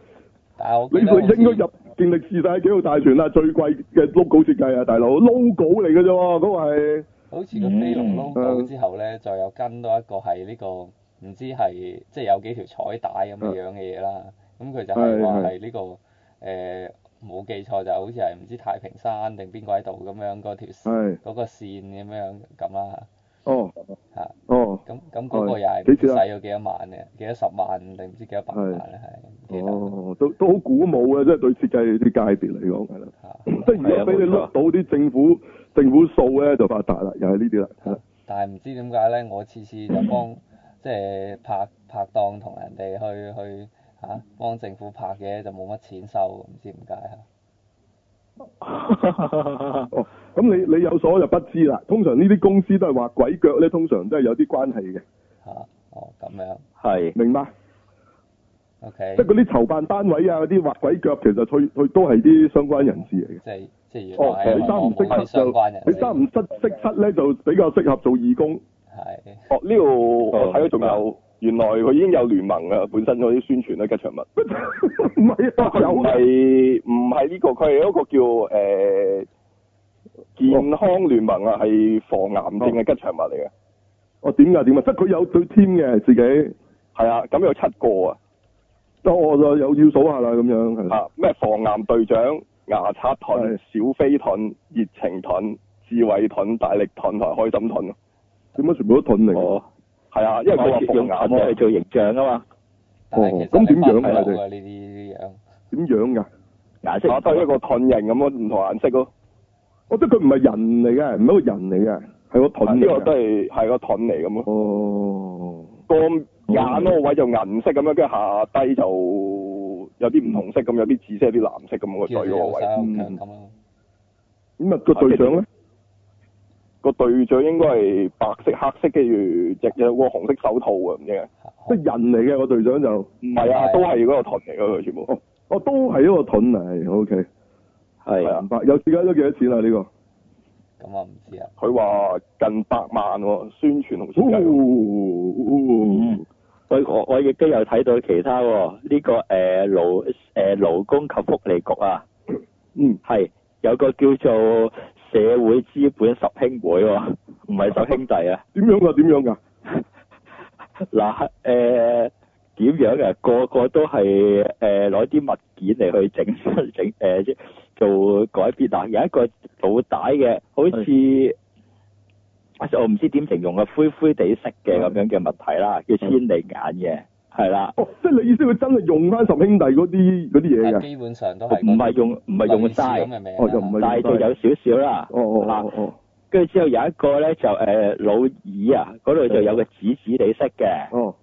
Speaker 2: 但係我啊
Speaker 1: 你
Speaker 2: 記得好
Speaker 1: 佢
Speaker 2: 似
Speaker 1: 應該入健力士世紀號大全啊啦，最貴嘅 logo 設計啊，大佬 logo 嚟嘅啫喎，嗰個係
Speaker 2: 好似個飛龍
Speaker 3: 嗯
Speaker 2: logo 之後咧，再有跟多一個係呢個唔知係即係有幾條彩帶咁嘅樣嘅嘢啦。咁佢就係話係呢個誒冇記錯就好似係唔知太平山定邊個喺度咁樣嗰條線
Speaker 1: 係
Speaker 2: 嗰個線咁樣咁啦
Speaker 1: 哦
Speaker 2: 嚇。
Speaker 1: 哦
Speaker 2: 咁咁嗰個又係
Speaker 1: 係
Speaker 2: 唔
Speaker 1: 幾
Speaker 2: 知
Speaker 1: 錢啊
Speaker 2: 使咗幾多萬嘅，幾多十萬定唔知幾多百萬咧係唔記得
Speaker 1: 哦，都都好鼓舞啊嘅，即係對設計啲界別嚟講係啦，
Speaker 2: 嚇。
Speaker 1: 即係如果俾你
Speaker 3: 係
Speaker 1: 碌
Speaker 3: 啊冇錯
Speaker 1: 到啲政府政府數咧，就發達啦，又係呢啲啦係啦，
Speaker 2: 但係唔知點解咧，我次次就幫 即係拍拍檔同人哋去去嚇、啊、幫政府拍嘅就冇乜錢收，唔知點解嚇。
Speaker 1: 哦，咁你你有所就不知啦。通常呢啲公司都係畫鬼腳咧，通常都係有啲關係嘅，
Speaker 2: 嚇、哦咁樣
Speaker 3: 係，
Speaker 1: 明白？
Speaker 2: ，OK，
Speaker 1: 即係嗰啲籌辦單位啊，嗰啲畫鬼腳，其實佢佢都係啲相關人士嚟嘅。
Speaker 2: 即係即係啊
Speaker 1: 哦，
Speaker 2: 原來
Speaker 1: 你
Speaker 2: 香
Speaker 1: 三唔
Speaker 2: 港冇啲
Speaker 1: 識七
Speaker 2: 相
Speaker 1: 就
Speaker 2: 關人
Speaker 1: 你三唔
Speaker 2: 士，
Speaker 1: 識識七咧，就比較適合做義工。
Speaker 2: 係
Speaker 4: 哦，呢度我睇到仲有，原來佢已經有聯盟啊，本身嗰啲宣傳咧吉祥物。
Speaker 1: 唔係啊，
Speaker 4: 佢唔
Speaker 1: 有啊
Speaker 4: 係唔係呢個，佢係一個叫誒、呃健康聯盟啊，係防癌症嘅吉祥物嚟嘅。
Speaker 1: 哦點㗎點㗎，即係佢有對 team 嘅自己。
Speaker 4: 係啊，咁有七個啊，
Speaker 1: 得我就有要數下啦，咁樣係啦。
Speaker 4: 嚇咩防癌隊長、牙刷盾、小飛盾、熱情盾、智慧盾、大力盾同埋開心盾咯。
Speaker 1: 點解全部都盾嚟？
Speaker 3: 哦，
Speaker 4: 係啊，因為佢話
Speaker 3: 用
Speaker 4: 防
Speaker 3: 咁
Speaker 4: 癌
Speaker 3: 去
Speaker 4: 啊，
Speaker 3: 做形象啊嘛，
Speaker 2: 但係其
Speaker 1: 哦
Speaker 2: 實
Speaker 1: 咁點
Speaker 2: 你
Speaker 1: 樣
Speaker 2: 分唔
Speaker 1: 啊
Speaker 2: 到
Speaker 1: 你哋
Speaker 2: 嘅呢啲樣。
Speaker 1: 點樣㗎？
Speaker 3: 顏色
Speaker 4: 打
Speaker 3: 唔
Speaker 4: 低
Speaker 3: 同
Speaker 4: 啊
Speaker 3: 啊
Speaker 4: 一個盾形咁咯，唔同顏色咯。
Speaker 1: 我覺得佢唔哦係人嚟嘅，唔係一個人嚟嘅，係個盾啊
Speaker 4: 啊呢個
Speaker 1: 嚟
Speaker 4: 都
Speaker 1: 嘅。
Speaker 4: 係係個盾嚟咁咯。
Speaker 1: 哦，
Speaker 4: 個眼嗰個位就銀色咁樣，跟住下低就有啲唔同色咁，有啲紫色，有啲藍色咁個
Speaker 2: 叫佢
Speaker 4: 隊嗰個
Speaker 2: 有
Speaker 4: 位。
Speaker 2: 三
Speaker 1: 嗯
Speaker 2: 強咁咯，
Speaker 1: 咁啊個隊長咧，
Speaker 4: 個隊長應該係白色、黑色，跟住隻有個紅色手套啊，唔知啊。
Speaker 1: 即係人嚟嘅個隊長就，
Speaker 4: 唔係啊，
Speaker 2: 係
Speaker 4: 都係嗰個盾嚟噶，佢全部。
Speaker 1: 哦都係一個盾嚟，OK，
Speaker 3: 係啊
Speaker 1: 明，白。有時間都幾多錢啊？呢個？
Speaker 2: 咁啊唔知啊，
Speaker 4: 佢話近百萬喎，宣傳同設計喎。
Speaker 1: 哦，
Speaker 3: 我我我亦都有睇到其他喎，呢個誒勞誒勞工及福利局啊，
Speaker 1: 嗯，
Speaker 3: 係有個叫做社會資本十兄妹喎，唔係十兄弟啊。
Speaker 1: 點樣㗎？點樣㗎？
Speaker 3: 嗱誒點樣啊？個個都係誒攞啲物件嚟去整整 誒即做改變嗱，有一個老大嘅，好似我唔知點形容啊，灰灰地色嘅咁樣嘅物體啦，叫千里眼嘅，係啦。
Speaker 1: 哦，即係你意思佢真係用翻十兄弟嗰啲嗰啲嘢
Speaker 2: 但
Speaker 1: 嘅？
Speaker 2: 基本上哦都係
Speaker 3: 唔係用唔係用
Speaker 2: 曬咁，
Speaker 3: 曬
Speaker 2: 嘅名啊，
Speaker 1: 哦，就唔係
Speaker 3: 但係就
Speaker 1: 用曬
Speaker 3: 有少少啦。
Speaker 1: 哦哦哦哦
Speaker 3: 跟住之後有一個咧就誒、呃老二啊，嗰度就有個紫紫地色嘅，
Speaker 1: 哦，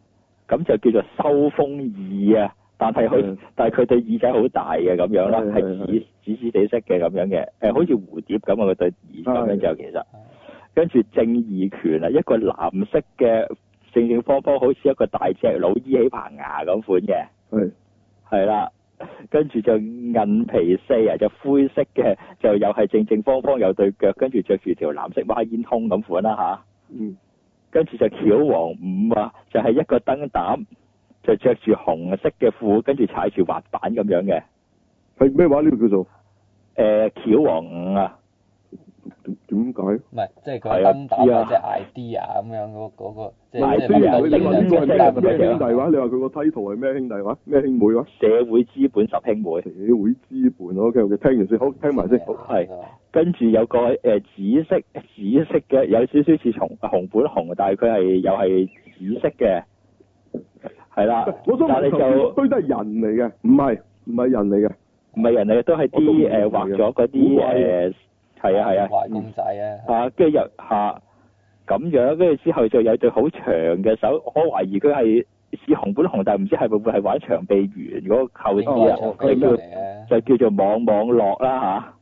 Speaker 3: 咁就叫做收風耳啊。但係佢
Speaker 1: 嗯
Speaker 3: 但係佢對耳仔好大嘅咁樣啦，
Speaker 1: 係係
Speaker 3: 係紫紫紫地色嘅咁樣嘅，誒、好似蝴蝶咁啊佢對耳咁樣
Speaker 1: 係
Speaker 3: 就其實，跟住正義權啊，一個藍色嘅正正方方，好似一個大隻佬依起棚牙咁款嘅。
Speaker 1: 哦係
Speaker 3: 係啦，跟住就銀皮四啊，就灰色嘅，就又係正正方方有對腳，跟住着住條藍色孖煙通咁款啦吓，
Speaker 1: 嗯
Speaker 3: 跟住就曉王五啊，就係、一個燈膽，就着住紅色嘅褲，跟住踩住滑板咁樣嘅。
Speaker 1: 係咩話？呢個叫做
Speaker 3: 誒、曉王五啊，
Speaker 1: 點點解？
Speaker 2: 唔係即係個
Speaker 3: 係啊
Speaker 2: 燈膽
Speaker 3: 知啊
Speaker 2: 或者 idea 咁樣嗰嗰個，即
Speaker 3: 唔係啊
Speaker 2: 係即
Speaker 1: 你話
Speaker 2: 係
Speaker 1: 你話呢個係
Speaker 3: 兩隻
Speaker 1: 咩咩兄
Speaker 3: 兩隻
Speaker 1: 弟話？你話佢個 title 係咩兄弟話？咩兄妹話？
Speaker 3: 社會資本十兄妹，
Speaker 1: 社會資本，OK OK，聽完先，好聽埋先，好。
Speaker 3: 係
Speaker 2: 啊
Speaker 3: 跟住有個誒、紫色紫色嘅，有少少似紅紅本紅，但係佢係又係紫色嘅，係啦。
Speaker 1: 我想
Speaker 3: 但
Speaker 1: 問
Speaker 3: 係
Speaker 1: 頭
Speaker 3: 就
Speaker 1: 先堆都係人嚟嘅，唔係唔係人嚟嘅。
Speaker 3: 唔係人嚟嘅，都係
Speaker 1: 我都唔明
Speaker 3: 啲誒
Speaker 1: 嘅
Speaker 3: 畫咗嗰
Speaker 1: 古
Speaker 3: 啲
Speaker 1: 怪
Speaker 3: 誒，係啊係啊，
Speaker 2: 壞公仔啊，
Speaker 3: 嚇跟住又嚇咁樣，跟住之後就有對好長嘅手，我懷疑佢係似熊本熊，但係唔知係咪會係玩長臂猿嗰個構
Speaker 2: 應該
Speaker 3: 思
Speaker 2: 係
Speaker 3: 啊？
Speaker 2: 長
Speaker 1: 哦
Speaker 2: 臂
Speaker 3: 佢
Speaker 2: 猿
Speaker 3: 叫
Speaker 2: 嚟嘅，
Speaker 3: 就叫做網網絡啦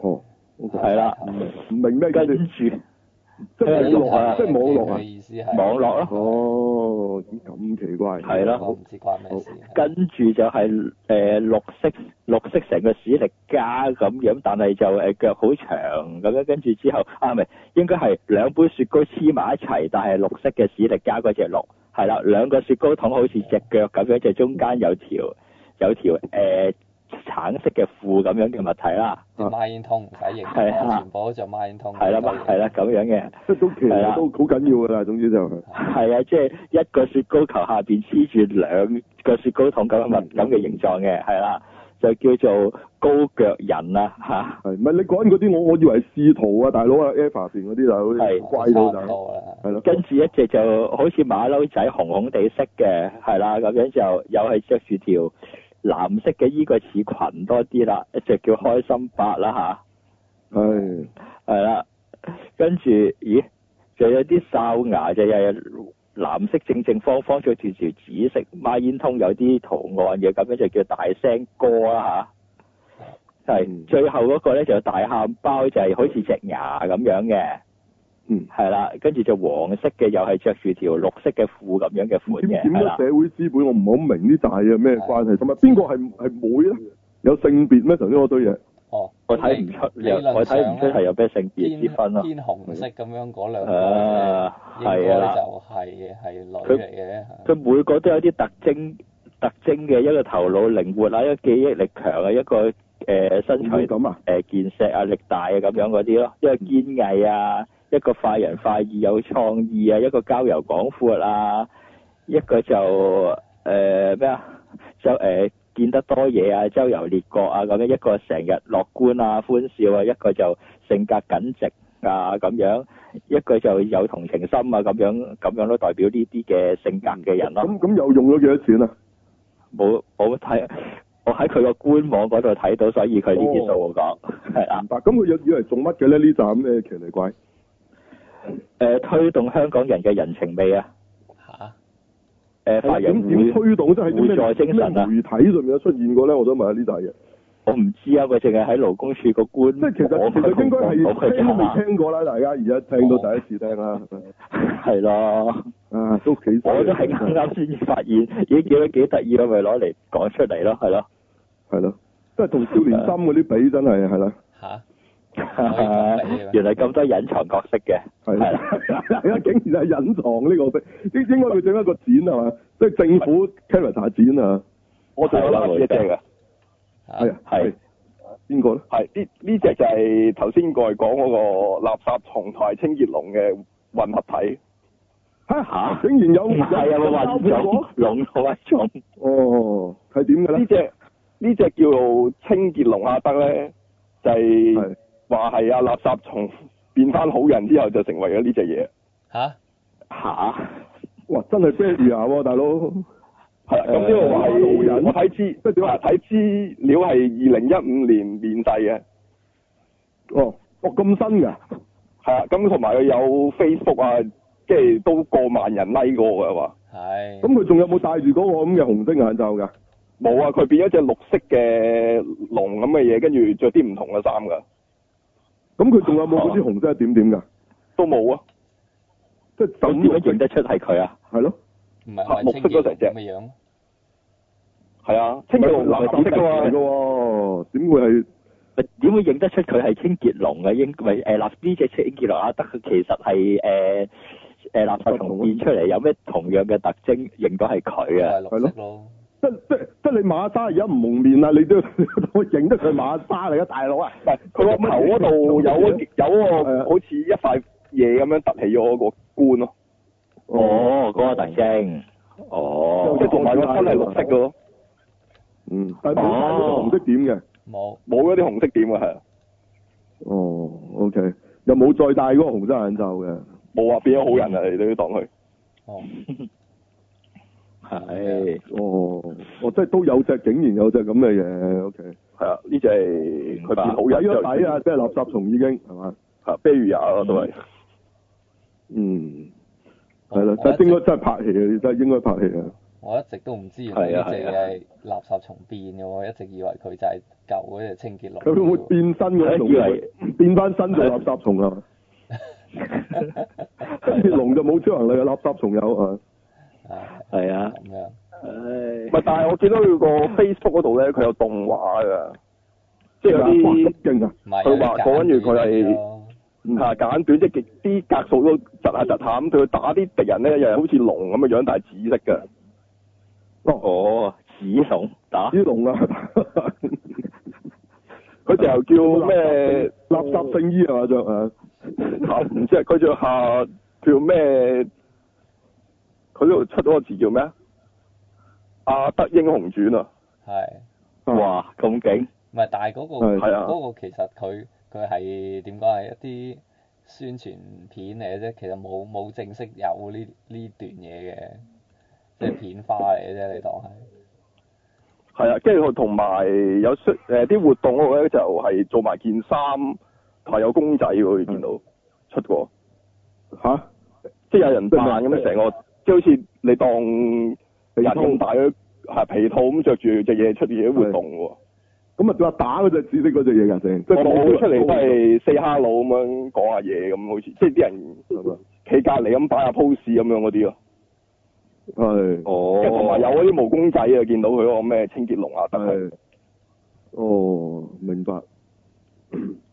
Speaker 1: 哦，OK，
Speaker 2: 啊
Speaker 3: 嚇，係啦，
Speaker 1: 唔明咩意
Speaker 3: 跟
Speaker 1: 思？
Speaker 3: 住
Speaker 1: 即係網絡啊，
Speaker 3: 係
Speaker 1: 即係網絡
Speaker 2: 嘅
Speaker 1: 啊。
Speaker 2: 意思係
Speaker 3: 網絡咯
Speaker 1: 哦，咁奇怪。
Speaker 3: 係咯
Speaker 2: 我唔知關咩事。啊
Speaker 3: 跟住就係、誒、綠色綠色成個史力加咁樣，但係就誒腳好長咁樣，跟住之後啊，唔係應該係兩杯雪糕黐埋一齊，但係綠色嘅史力加嗰只綠係啦，兩個雪糕筒好似只腳咁樣，就中間有條有條誒、橙色嘅褲咁樣嘅物體啦，
Speaker 2: 啲孖煙通唔使認，
Speaker 3: 係啊
Speaker 2: 全部都着孖煙通。
Speaker 3: 係啦，係啦，咁樣嘅。
Speaker 1: 即係都其
Speaker 3: 係
Speaker 1: 實
Speaker 3: 啦
Speaker 1: 都好緊要㗎啦，總之就係。
Speaker 3: 係啊，即係一個雪糕球下邊黐住兩個雪糕筒咁嘅物咁嘅形狀嘅，係啦，就叫做高腳人啦嚇。
Speaker 1: 係，唔係你講緊嗰啲，我我以為係仕途啊，大佬啊，Eva 邊嗰啲大佬
Speaker 3: 係
Speaker 1: 乖到大佬，
Speaker 2: 差唔多啦。
Speaker 1: 係咯，
Speaker 3: 跟住一隻就好似馬騮仔紅紅地色嘅，係啦，咁樣就又係着住條藍色嘅衣個似裙多啲啦，一隻叫開心八啦嚇。
Speaker 1: 係
Speaker 3: 係啦，跟住咦，就有啲哨牙就又有藍色正正方方，着住條紫色孖煙通有啲圖案嘅，咁樣就叫大聲歌啦吓，係、
Speaker 1: 嗯
Speaker 3: 最後嗰個咧就有大喊包，就係、好似隻牙咁樣嘅，
Speaker 1: 嗯，
Speaker 3: 係啦，跟住就黃色嘅又係着住條綠色嘅褲咁樣嘅款
Speaker 1: 點
Speaker 3: 嘅，
Speaker 1: 點
Speaker 3: 係
Speaker 1: 解
Speaker 3: 啦，
Speaker 1: 社會資本我唔係好明呢大嘢咩關係，同埋邊個係係妹咧？有性別咩？頭先嗰堆嘢，
Speaker 2: 哦，
Speaker 3: 我睇唔出，
Speaker 2: 理論上啊
Speaker 3: 我睇唔出係有咩性別
Speaker 2: 天
Speaker 3: 之分咯，
Speaker 2: 天紅色咁樣嗰兩個，
Speaker 3: 啊，
Speaker 2: 應該
Speaker 3: 係啦。
Speaker 2: 就係係女嚟嘅。
Speaker 3: 佢每個都有啲特徵特徵嘅，一個頭腦靈活啊，一個記憶力強啊，一個誒、呃身材
Speaker 1: 會
Speaker 3: 誒、
Speaker 1: 咁啊？
Speaker 3: 呃健碩啊，力大啊咁樣嗰啲咯，一個堅毅啊，一個快人快意有創意啊，一個交遊廣闊啊，一個就誒咩啊，就誒、呃、見得多嘢啊，周遊列國啊咁樣，一個成日樂觀啊歡笑啊，一個就性格緊直啊咁樣，一個就有同情心啊咁樣，咁樣都代表呢啲嘅性格嘅人咯。
Speaker 1: 咁咁又用咗幾多錢啊？
Speaker 3: 冇冇睇，我喺佢個官網嗰度睇到，所以佢呢啲數我講係啊啦
Speaker 1: 明。白。咁佢以以為做乜嘅咧？呢站咩奇嚟怪？
Speaker 3: 誒呃推動香港人嘅人情味啊！
Speaker 2: 嚇
Speaker 3: 誒
Speaker 1: 係啦啊
Speaker 3: 法人
Speaker 1: 點點
Speaker 3: 會，
Speaker 1: 推動即係
Speaker 3: 互助
Speaker 1: 啲
Speaker 3: 精
Speaker 1: 咩
Speaker 3: 神
Speaker 1: 咩
Speaker 3: 啊
Speaker 1: 媒體上面有出現過咧？我想問下呢扎嘢，
Speaker 3: 我唔知啊，佢淨係喺勞工處個官
Speaker 1: 即係其實
Speaker 3: 網
Speaker 1: 其實應該
Speaker 3: 嗰度
Speaker 1: 係聽都哦
Speaker 3: 講
Speaker 1: 未聽過啦，大家而家聽到第一次聽啦，係咪
Speaker 3: 係咯。
Speaker 1: 啊都幾犀利
Speaker 3: 我都係
Speaker 1: 啊
Speaker 3: 啱啱先至發現，咦幾得幾得意啊，咪攞嚟講出嚟咯，係咯。
Speaker 1: 係咯，即係同少年心嗰啲比真係係啦，
Speaker 2: 嚇，可以咁嚟嘅
Speaker 3: 原來咁多隱藏角色嘅，
Speaker 1: 係啦
Speaker 3: 係，
Speaker 1: 係啊，竟然係隱藏呢個比，應應該佢整一個展係嘛，即係政府 character 展啊，
Speaker 4: 我仲有拉住一隻嘅，
Speaker 2: 嚇
Speaker 1: 係啊，
Speaker 3: 係
Speaker 1: 邊個咧？
Speaker 4: 係呢呢只就係頭先過嚟講嗰個垃圾蟲同埋清潔龍嘅混合體。
Speaker 1: 嚇
Speaker 3: 嚇
Speaker 1: 竟然 有
Speaker 3: 唔係啊，
Speaker 1: 有
Speaker 3: 咪混
Speaker 1: 有
Speaker 3: 種龍同埋種，
Speaker 1: 哦，係點嘅
Speaker 4: 呢
Speaker 1: 咧？
Speaker 4: 只呢只叫做清潔龍亞德咧，就係
Speaker 1: 係
Speaker 4: 話係啊垃圾蟲變翻好人之後就成為咗呢只嘢。
Speaker 2: 嚇
Speaker 3: 嚇
Speaker 1: 哇，真係 bad 牙喎，大佬！
Speaker 4: 係啦，咁呢個話
Speaker 1: 誒
Speaker 4: 係我睇資，
Speaker 1: 即係點啊
Speaker 4: 睇資料係二零一五年面世啊嘅，
Speaker 1: 哦，哦咁新㗎，
Speaker 4: 係啊，咁同埋佢有 Facebook 啊，即係都過萬人 like 過嘅話，
Speaker 2: 係
Speaker 1: 咁佢仲有冇戴住嗰個咁嘅紅色眼罩㗎？
Speaker 4: 冇啊，佢變咗隻綠色嘅龍咁嘅嘢，跟住着啲唔同嘅衫㗎，
Speaker 1: 咁佢仲有冇嗰啲紅色一點點㗎？
Speaker 4: 都冇啊，
Speaker 1: 即係
Speaker 3: 咁
Speaker 1: 咁
Speaker 3: 點樣
Speaker 1: 綠
Speaker 3: 認
Speaker 1: 色，
Speaker 3: 得出係佢啊？
Speaker 1: 係咯，
Speaker 2: 唔係我係清潔咁嘅樣？
Speaker 4: 係啊，清潔龍藍色啊
Speaker 1: 嚟
Speaker 4: 㗎
Speaker 1: 㗎
Speaker 4: 嘛，
Speaker 1: 喎，點會係？
Speaker 3: 咪點會認得出佢係清潔龍嘅？應咪誒嗱呢只清潔龍啊阿德佢其實係誒誒垃圾蟲變出嚟，有咩同樣嘅特徵認到係
Speaker 2: 都
Speaker 3: 佢啊
Speaker 2: 係？綠色咯，
Speaker 1: 即即即你馬沙而家唔蒙面啦，你都 我認得佢馬沙嚟嘅大佬啊！
Speaker 4: 唔係佢個頭嗰度有一有一
Speaker 1: 係啊
Speaker 4: 個好似一塊嘢咁樣凸起咗個冠咯，
Speaker 3: 哦，嗰個特徵，
Speaker 1: 哦
Speaker 4: 即係
Speaker 3: 哦，
Speaker 4: 同埋個身係綠色嘅咯，
Speaker 1: 嗯，
Speaker 4: 哦
Speaker 1: 但係冇晒嗰個紅色點嘅。
Speaker 2: 冇
Speaker 4: 冇嗰啲紅色點啊，係啊，
Speaker 1: 哦，OK，又冇再戴嗰個紅色眼罩嘅。
Speaker 4: 冇啊，變咗好人啊，你都要當佢。
Speaker 2: 哦，
Speaker 3: 係
Speaker 1: 哦，哦，即係都有隻，竟然有隻咁嘅嘢，OK。
Speaker 4: 係啊，呢只係佢變好
Speaker 1: 睇
Speaker 4: 人之後
Speaker 1: 咗底啊，，即係垃圾蟲已經係嘛？
Speaker 4: 啊，比如也咯都係，
Speaker 1: 嗯，
Speaker 2: 我
Speaker 1: 係啦，
Speaker 2: 我
Speaker 1: 但係
Speaker 2: 一
Speaker 4: 啊
Speaker 2: 直
Speaker 1: 應該真係拍戲嘅，真係應該拍戲啊嘅。
Speaker 2: 我一直都唔知原來
Speaker 3: 係
Speaker 2: 呢只
Speaker 3: 啊係啊
Speaker 2: 嘢係垃圾蟲變嘅喎，我一直以為佢就係舊嗰只清潔龍。
Speaker 1: 佢會唔會變身嘅？同
Speaker 3: 以為
Speaker 1: 變翻身做垃圾蟲啊？ 跟住龍就冇超能力，垃圾蟲有啊。
Speaker 2: 啊
Speaker 3: 係啊，
Speaker 2: 咁樣
Speaker 4: 唔係，但係我見到佢個 Facebook 嗰度咧，佢有動畫㗎，即係有
Speaker 1: 哇咁
Speaker 4: 啲
Speaker 1: 勁啊！
Speaker 2: 唔係
Speaker 4: 佢話講跟住佢係
Speaker 1: 嗯
Speaker 4: 嚇簡短，即係極啲格數都窒下窒下咁，佢打啲敵人咧又係好似龍咁嘅樣，但係紫色嘅，
Speaker 1: 哦，
Speaker 3: 哦，紫龍打
Speaker 1: 啲 龍啊，
Speaker 4: 佢就叫咩？
Speaker 1: 垃圾聖衣啊嘛着啊，
Speaker 4: 嚇唔知係佢就下叫咩？佢呢度出咗個字叫咩啊？阿德英雄傳啊，
Speaker 2: 係。
Speaker 3: 哇咁勁，
Speaker 2: 唔係，但係嗰、
Speaker 1: 係
Speaker 2: 個
Speaker 4: 係啊
Speaker 2: 嗰個其實佢佢係點講係一啲宣傳片嚟嘅啫，其實冇冇正式有呢呢段嘢嘅，即係片花嚟嘅啫，你當係。
Speaker 4: 係啊，跟住佢同埋有出誒啲活動嗰個咧，就係做埋件衫，同埋有公仔喎，見到出過，
Speaker 1: 吓，
Speaker 4: 即係有人扮咁樣成個，即係好似你當人咁大嘅係皮套咁着住隻嘢出嘢活動喎，
Speaker 1: 咁啊仲話打嗰隻紫色嗰隻嘢㗎成，即
Speaker 4: 我
Speaker 1: 係
Speaker 4: 冇出嚟都係 say hello 咁樣講下嘢咁，好似即係啲人企隔離咁擺下 pose 咁樣嗰啲咯，
Speaker 1: 啊係
Speaker 4: 跟住同埋有
Speaker 3: 哦，
Speaker 4: 嗰啲毛公仔啊，見到佢嗰個咩清潔龍啊，得係
Speaker 1: 係，哦，明白，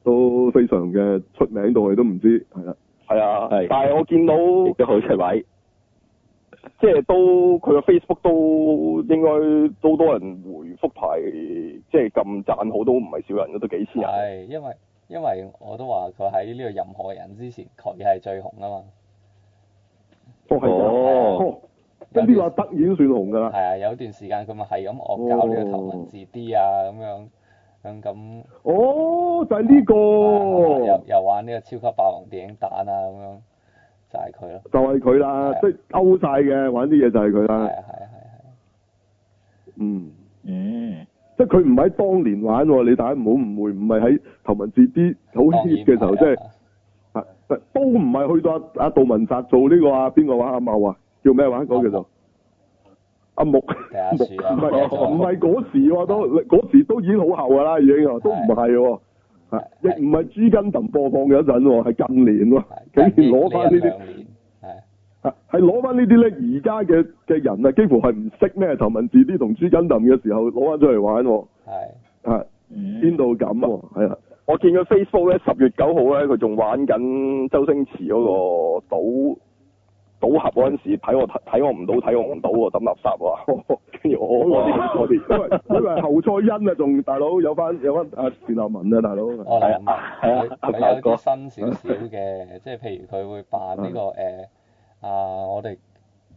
Speaker 1: 都非常嘅出名到你都唔知，係啦，
Speaker 4: 係啊
Speaker 3: 係，
Speaker 4: 但係我見到。
Speaker 3: 亦都好出位，
Speaker 4: 即係都佢個 Facebook 都應該都多人回覆排，即係咁讚好都唔係少人，都幾千人。
Speaker 2: 係，因為因為我都話佢喺呢個任何人之前，佢係最紅啊嘛。
Speaker 1: 哦係㗎
Speaker 3: 哦，
Speaker 1: 哦，咁呢個阿德已經算紅㗎啦，
Speaker 2: 啊係啊，有段時間佢咪係咁惡搞呢個頭文字 D 啊咁樣，咁咁啊
Speaker 1: 哦，就係呢個
Speaker 2: 又又玩呢個超級霸王電影蛋啊咁樣，就係佢咯。
Speaker 1: 就係佢啦
Speaker 2: 係啊，
Speaker 1: 即係勾晒嘅，玩啲嘢就係佢
Speaker 2: 係啊
Speaker 1: 啦。
Speaker 2: 係啊係啊
Speaker 1: 嗯，
Speaker 3: 嗯，
Speaker 1: 即係佢唔喺當年玩喎，你大家唔好誤會，唔係喺頭文字 D 好
Speaker 2: 係啊，當
Speaker 1: hit 嘅時候，即係
Speaker 2: 然係啊
Speaker 1: 啊都唔係去到阿阿杜汶澤做呢個啊邊個話阿茂啊，叫咩話嗰個叫做阿木。
Speaker 2: 地下
Speaker 1: 木
Speaker 2: 樹
Speaker 1: 唔
Speaker 2: 啊，咩
Speaker 1: 係
Speaker 2: 做
Speaker 1: 唔係嗰時喎，都嗰時都已經好後㗎啦，已經啊都唔係喎，啊亦
Speaker 2: 係
Speaker 1: 唔係朱根林播放嗰陣喎，係啊近年喎
Speaker 2: 係，
Speaker 1: 竟然攞翻呢
Speaker 2: 一
Speaker 1: 啲
Speaker 2: 兩年係
Speaker 1: 啊係攞翻呢啲咧，而家嘅嘅人啊，幾乎係唔識咩頭文字 D 同朱根林嘅時候攞翻出嚟玩喎，
Speaker 2: 係
Speaker 1: 啊邊
Speaker 3: 嗯，
Speaker 1: 度咁喎，係啊啦，
Speaker 4: 我見佢 Facebook 咧，十月九號咧，佢仲玩緊周星馳嗰個賭賭俠嗰陣時，睇我睇睇我唔到，睇我唔到喎，抌垃圾喎。 跟住我我啲我
Speaker 1: 因為
Speaker 4: 啲，
Speaker 1: 因為侯賽恩啊，仲大佬有翻有翻阿田立文啊，大佬
Speaker 2: 我
Speaker 3: 係
Speaker 2: 諗
Speaker 3: 啊
Speaker 2: 唔係
Speaker 3: 係啊
Speaker 2: 佢
Speaker 3: 阿
Speaker 2: 佢
Speaker 3: 豹
Speaker 2: 有
Speaker 3: 哥
Speaker 2: 啲新少少嘅， 即係譬如佢會扮呢個誒啊，我哋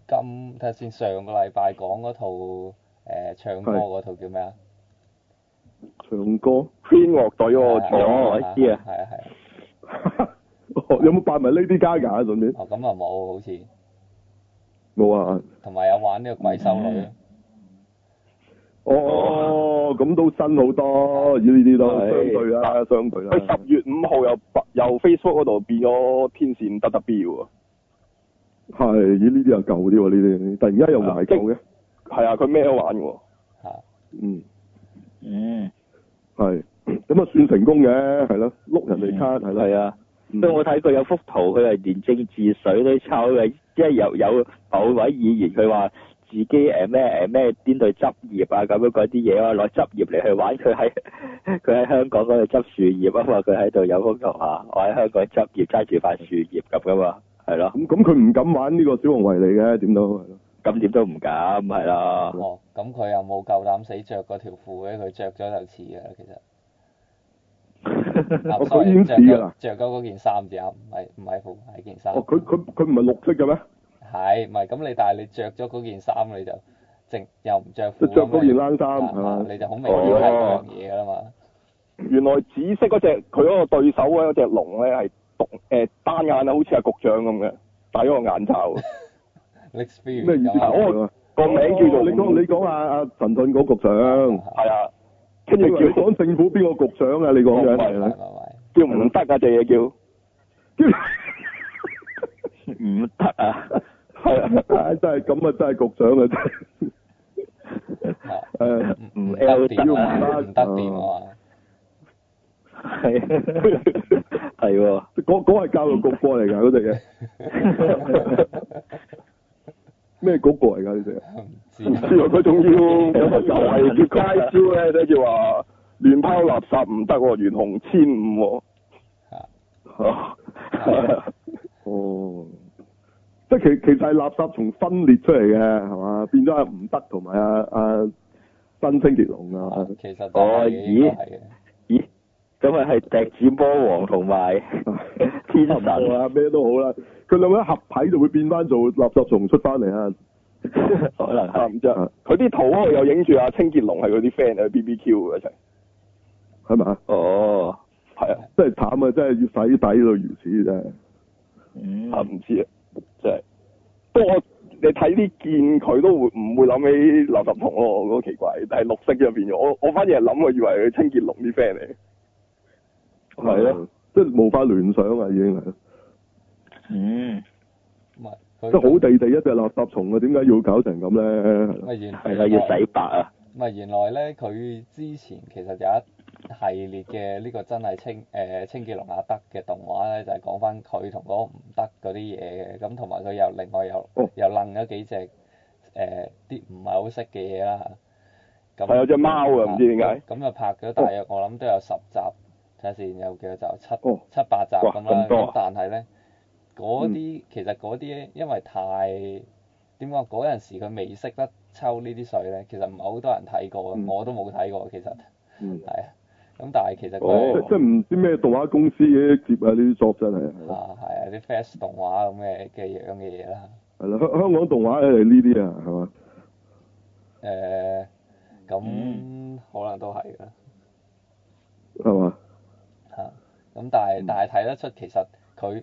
Speaker 2: 今睇下先，上個禮拜講嗰套誒唱歌嗰套叫咩啊？
Speaker 1: 唱歌，
Speaker 4: 天樂隊嗰
Speaker 2: 係
Speaker 4: 個
Speaker 2: 啊
Speaker 4: 唱
Speaker 3: 哦我知啊，
Speaker 2: 係啊係啊，
Speaker 1: 有冇扮埋 Lady Gaga 啊？順便
Speaker 2: 哦咁啊冇好似，
Speaker 1: 冇啊。
Speaker 2: 同埋有玩呢個鬼修女，
Speaker 3: 嗯
Speaker 1: 哦，咁都新好多，呢啲都
Speaker 4: 係
Speaker 1: 相對啦，相對啦。啊
Speaker 4: 佢十月五號又又 Facebook 嗰度變咗天線得得 B 喎。
Speaker 1: 係，咦呢啲又舊啲喎，呢啲突然間又懷舊嘅，
Speaker 4: 係啊，佢咩都玩喎。
Speaker 2: 嚇
Speaker 1: 嗯，
Speaker 3: 嗯，
Speaker 1: 係，咁啊算成功嘅，係咯，碌人哋卡係咯，
Speaker 3: 係啊。
Speaker 1: 嗯
Speaker 3: 所以我睇佢有幅圖，佢係連政治水都抄嘅，即係有有某位議員佢話自己誒咩誒咩邊度執業啊咁樣嗰啲嘢啊，攞執業嚟去玩佢喺 佢喺香港嗰度執樹葉啊嘛，佢喺度有幅圖啊，我喺香港執業揸住塊樹葉咁噶嘛，係咯，
Speaker 1: 咁咁佢唔敢玩呢個小紅圍嚟嘅，點都 係咯，
Speaker 3: 咁點都唔敢係啦，
Speaker 2: 哦咁佢又冇夠膽死着嗰條褲嘅，佢着咗就似嘅啦，其 實。啊
Speaker 1: 哦
Speaker 2: sorry，
Speaker 1: 佢已經
Speaker 2: 着
Speaker 1: 似㗎
Speaker 2: 咗
Speaker 1: 啦
Speaker 2: 着咗嗰件衫啫，唔係唔係褲，係件衫。
Speaker 1: 哦佢佢佢唔係綠色嘅咩？
Speaker 2: 係，唔係咁你但係你着咗嗰件衫你就淨又唔着
Speaker 1: 即
Speaker 2: 褲
Speaker 1: 係着嗰件冷衫
Speaker 2: 咁
Speaker 1: 係
Speaker 2: 你
Speaker 1: 嘛？
Speaker 2: 啊
Speaker 1: 哦
Speaker 2: 你就好明顯係嗰樣嘢㗎啦嘛。
Speaker 4: 原來紫色嗰只佢嗰個對手咧，嗰只龍咧係獨誒單眼啊，好似係局長咁嘅，戴咗個眼 罩。
Speaker 2: l e x p e r i
Speaker 1: 咩意思
Speaker 4: 啊我
Speaker 1: 啊？
Speaker 4: 個名叫做
Speaker 1: 哦你講你講阿阿神盾嗰局長，
Speaker 4: 係啊，跟
Speaker 1: 跟住
Speaker 4: 住
Speaker 1: 你
Speaker 4: 叫
Speaker 1: 講政府邊個局長啊？你講
Speaker 4: 哦
Speaker 1: 嘅
Speaker 4: 唔
Speaker 2: 係
Speaker 1: 係
Speaker 2: 咪
Speaker 1: 咪？
Speaker 2: 咪？
Speaker 4: 叫唔得啊，隻嘢叫
Speaker 1: 跟住
Speaker 3: 唔得啊，
Speaker 4: 係啊，
Speaker 1: 唉真係咁啊！真係局長啊！ 真係
Speaker 2: 係
Speaker 1: 誒
Speaker 2: 唔唔
Speaker 3: 唔
Speaker 2: 得掂
Speaker 1: 嗯 L 哦
Speaker 2: 啊！唔得掂啊嘛！
Speaker 3: 係 係喎，
Speaker 1: 嗰嗰係教育局過嚟㗎嗰隻嘢，咩局過嚟㗎呢隻嘢？
Speaker 2: 唔知
Speaker 4: 唔知啊佢仲要有個就係叫
Speaker 3: 啊
Speaker 4: 街招咧，跟住話亂拋垃圾唔得喎，懸紅千五
Speaker 2: 啊
Speaker 4: 喎。
Speaker 1: 哦，即係其其實係垃圾從分裂出嚟嘅，係嘛？變咗阿吳德同埋阿阿新星傑龍啊，
Speaker 2: 啊其實就係嘅應該係嘅。
Speaker 3: 咦，咁咪係笛子魔王同埋天
Speaker 1: 啊
Speaker 3: 神。
Speaker 1: 啊 咩都好啦，佢兩個一合體就會變翻做垃圾蟲出翻嚟啊！
Speaker 3: 可能係
Speaker 4: 啊唔知啊，佢啲圖嗰度又影住阿清潔龍係佢啲 friend 喺 BBQ 一齊，
Speaker 1: 係咪啊？
Speaker 3: 哦，
Speaker 4: 係啊，
Speaker 1: 真係慘啊！真係要洗底到如此啊真係。
Speaker 3: 嗯
Speaker 4: 啊唔知啊，真係。不過我你睇啲見佢都會唔會諗起垃圾桶咯？我覺得奇怪，但係綠色嘅變咗，我我反而係諗佢以為佢清潔龍啲 friend 嚟。係咯，
Speaker 1: 即啊係無法聯想啊，已經係。
Speaker 3: 嗯，
Speaker 2: 唔係
Speaker 1: 即
Speaker 2: 啊佢
Speaker 1: 係好地地一隻垃圾蟲啊，點解要搞成咁咧？係啦
Speaker 2: 咪啊原
Speaker 3: 係啦，要洗白啊，
Speaker 2: 唔係原來咧，佢之前其實有一系列嘅呢個真係清誒、呃清潔龍阿德嘅動畫咧，就係講翻佢同嗰個唔得嗰啲嘢嘅，咁同埋佢又另外又、
Speaker 1: 哦
Speaker 2: 又楞咗幾隻誒啲唔係好識嘅嘢啦。咁
Speaker 4: 係有隻貓啊唔知點解。
Speaker 2: 咁就拍咗大約我諗都有十集，睇下先有幾多集，七、
Speaker 1: 哦
Speaker 2: 七八集
Speaker 4: 哇
Speaker 2: 咁啦。
Speaker 4: 咁多啊嗯
Speaker 2: 咁但係咧，嗰啲、其實嗰啲因為太點講，嗰陣時佢未識得抽呢啲水咧，其實唔係好多人睇過嘅，
Speaker 1: 嗯
Speaker 2: 我都冇睇過其實
Speaker 1: 嗯
Speaker 2: 係啊。咁但係其實
Speaker 1: 即
Speaker 2: 佢
Speaker 4: 哦
Speaker 1: 即係唔知咩動畫公司嘅接啊呢啲 job 真係係
Speaker 2: 啊
Speaker 1: 啦
Speaker 2: 係啊啲 flash 動畫咁嘅嘅樣嘅嘢啦。
Speaker 1: 係啦，香香港動畫係呢啲啊，係嘛？
Speaker 2: 誒咁
Speaker 3: 嗯
Speaker 2: 可能都係㗎啦。
Speaker 1: 係嘛？
Speaker 2: 嚇。咁但係
Speaker 4: 嗯
Speaker 2: 但係睇得出其實佢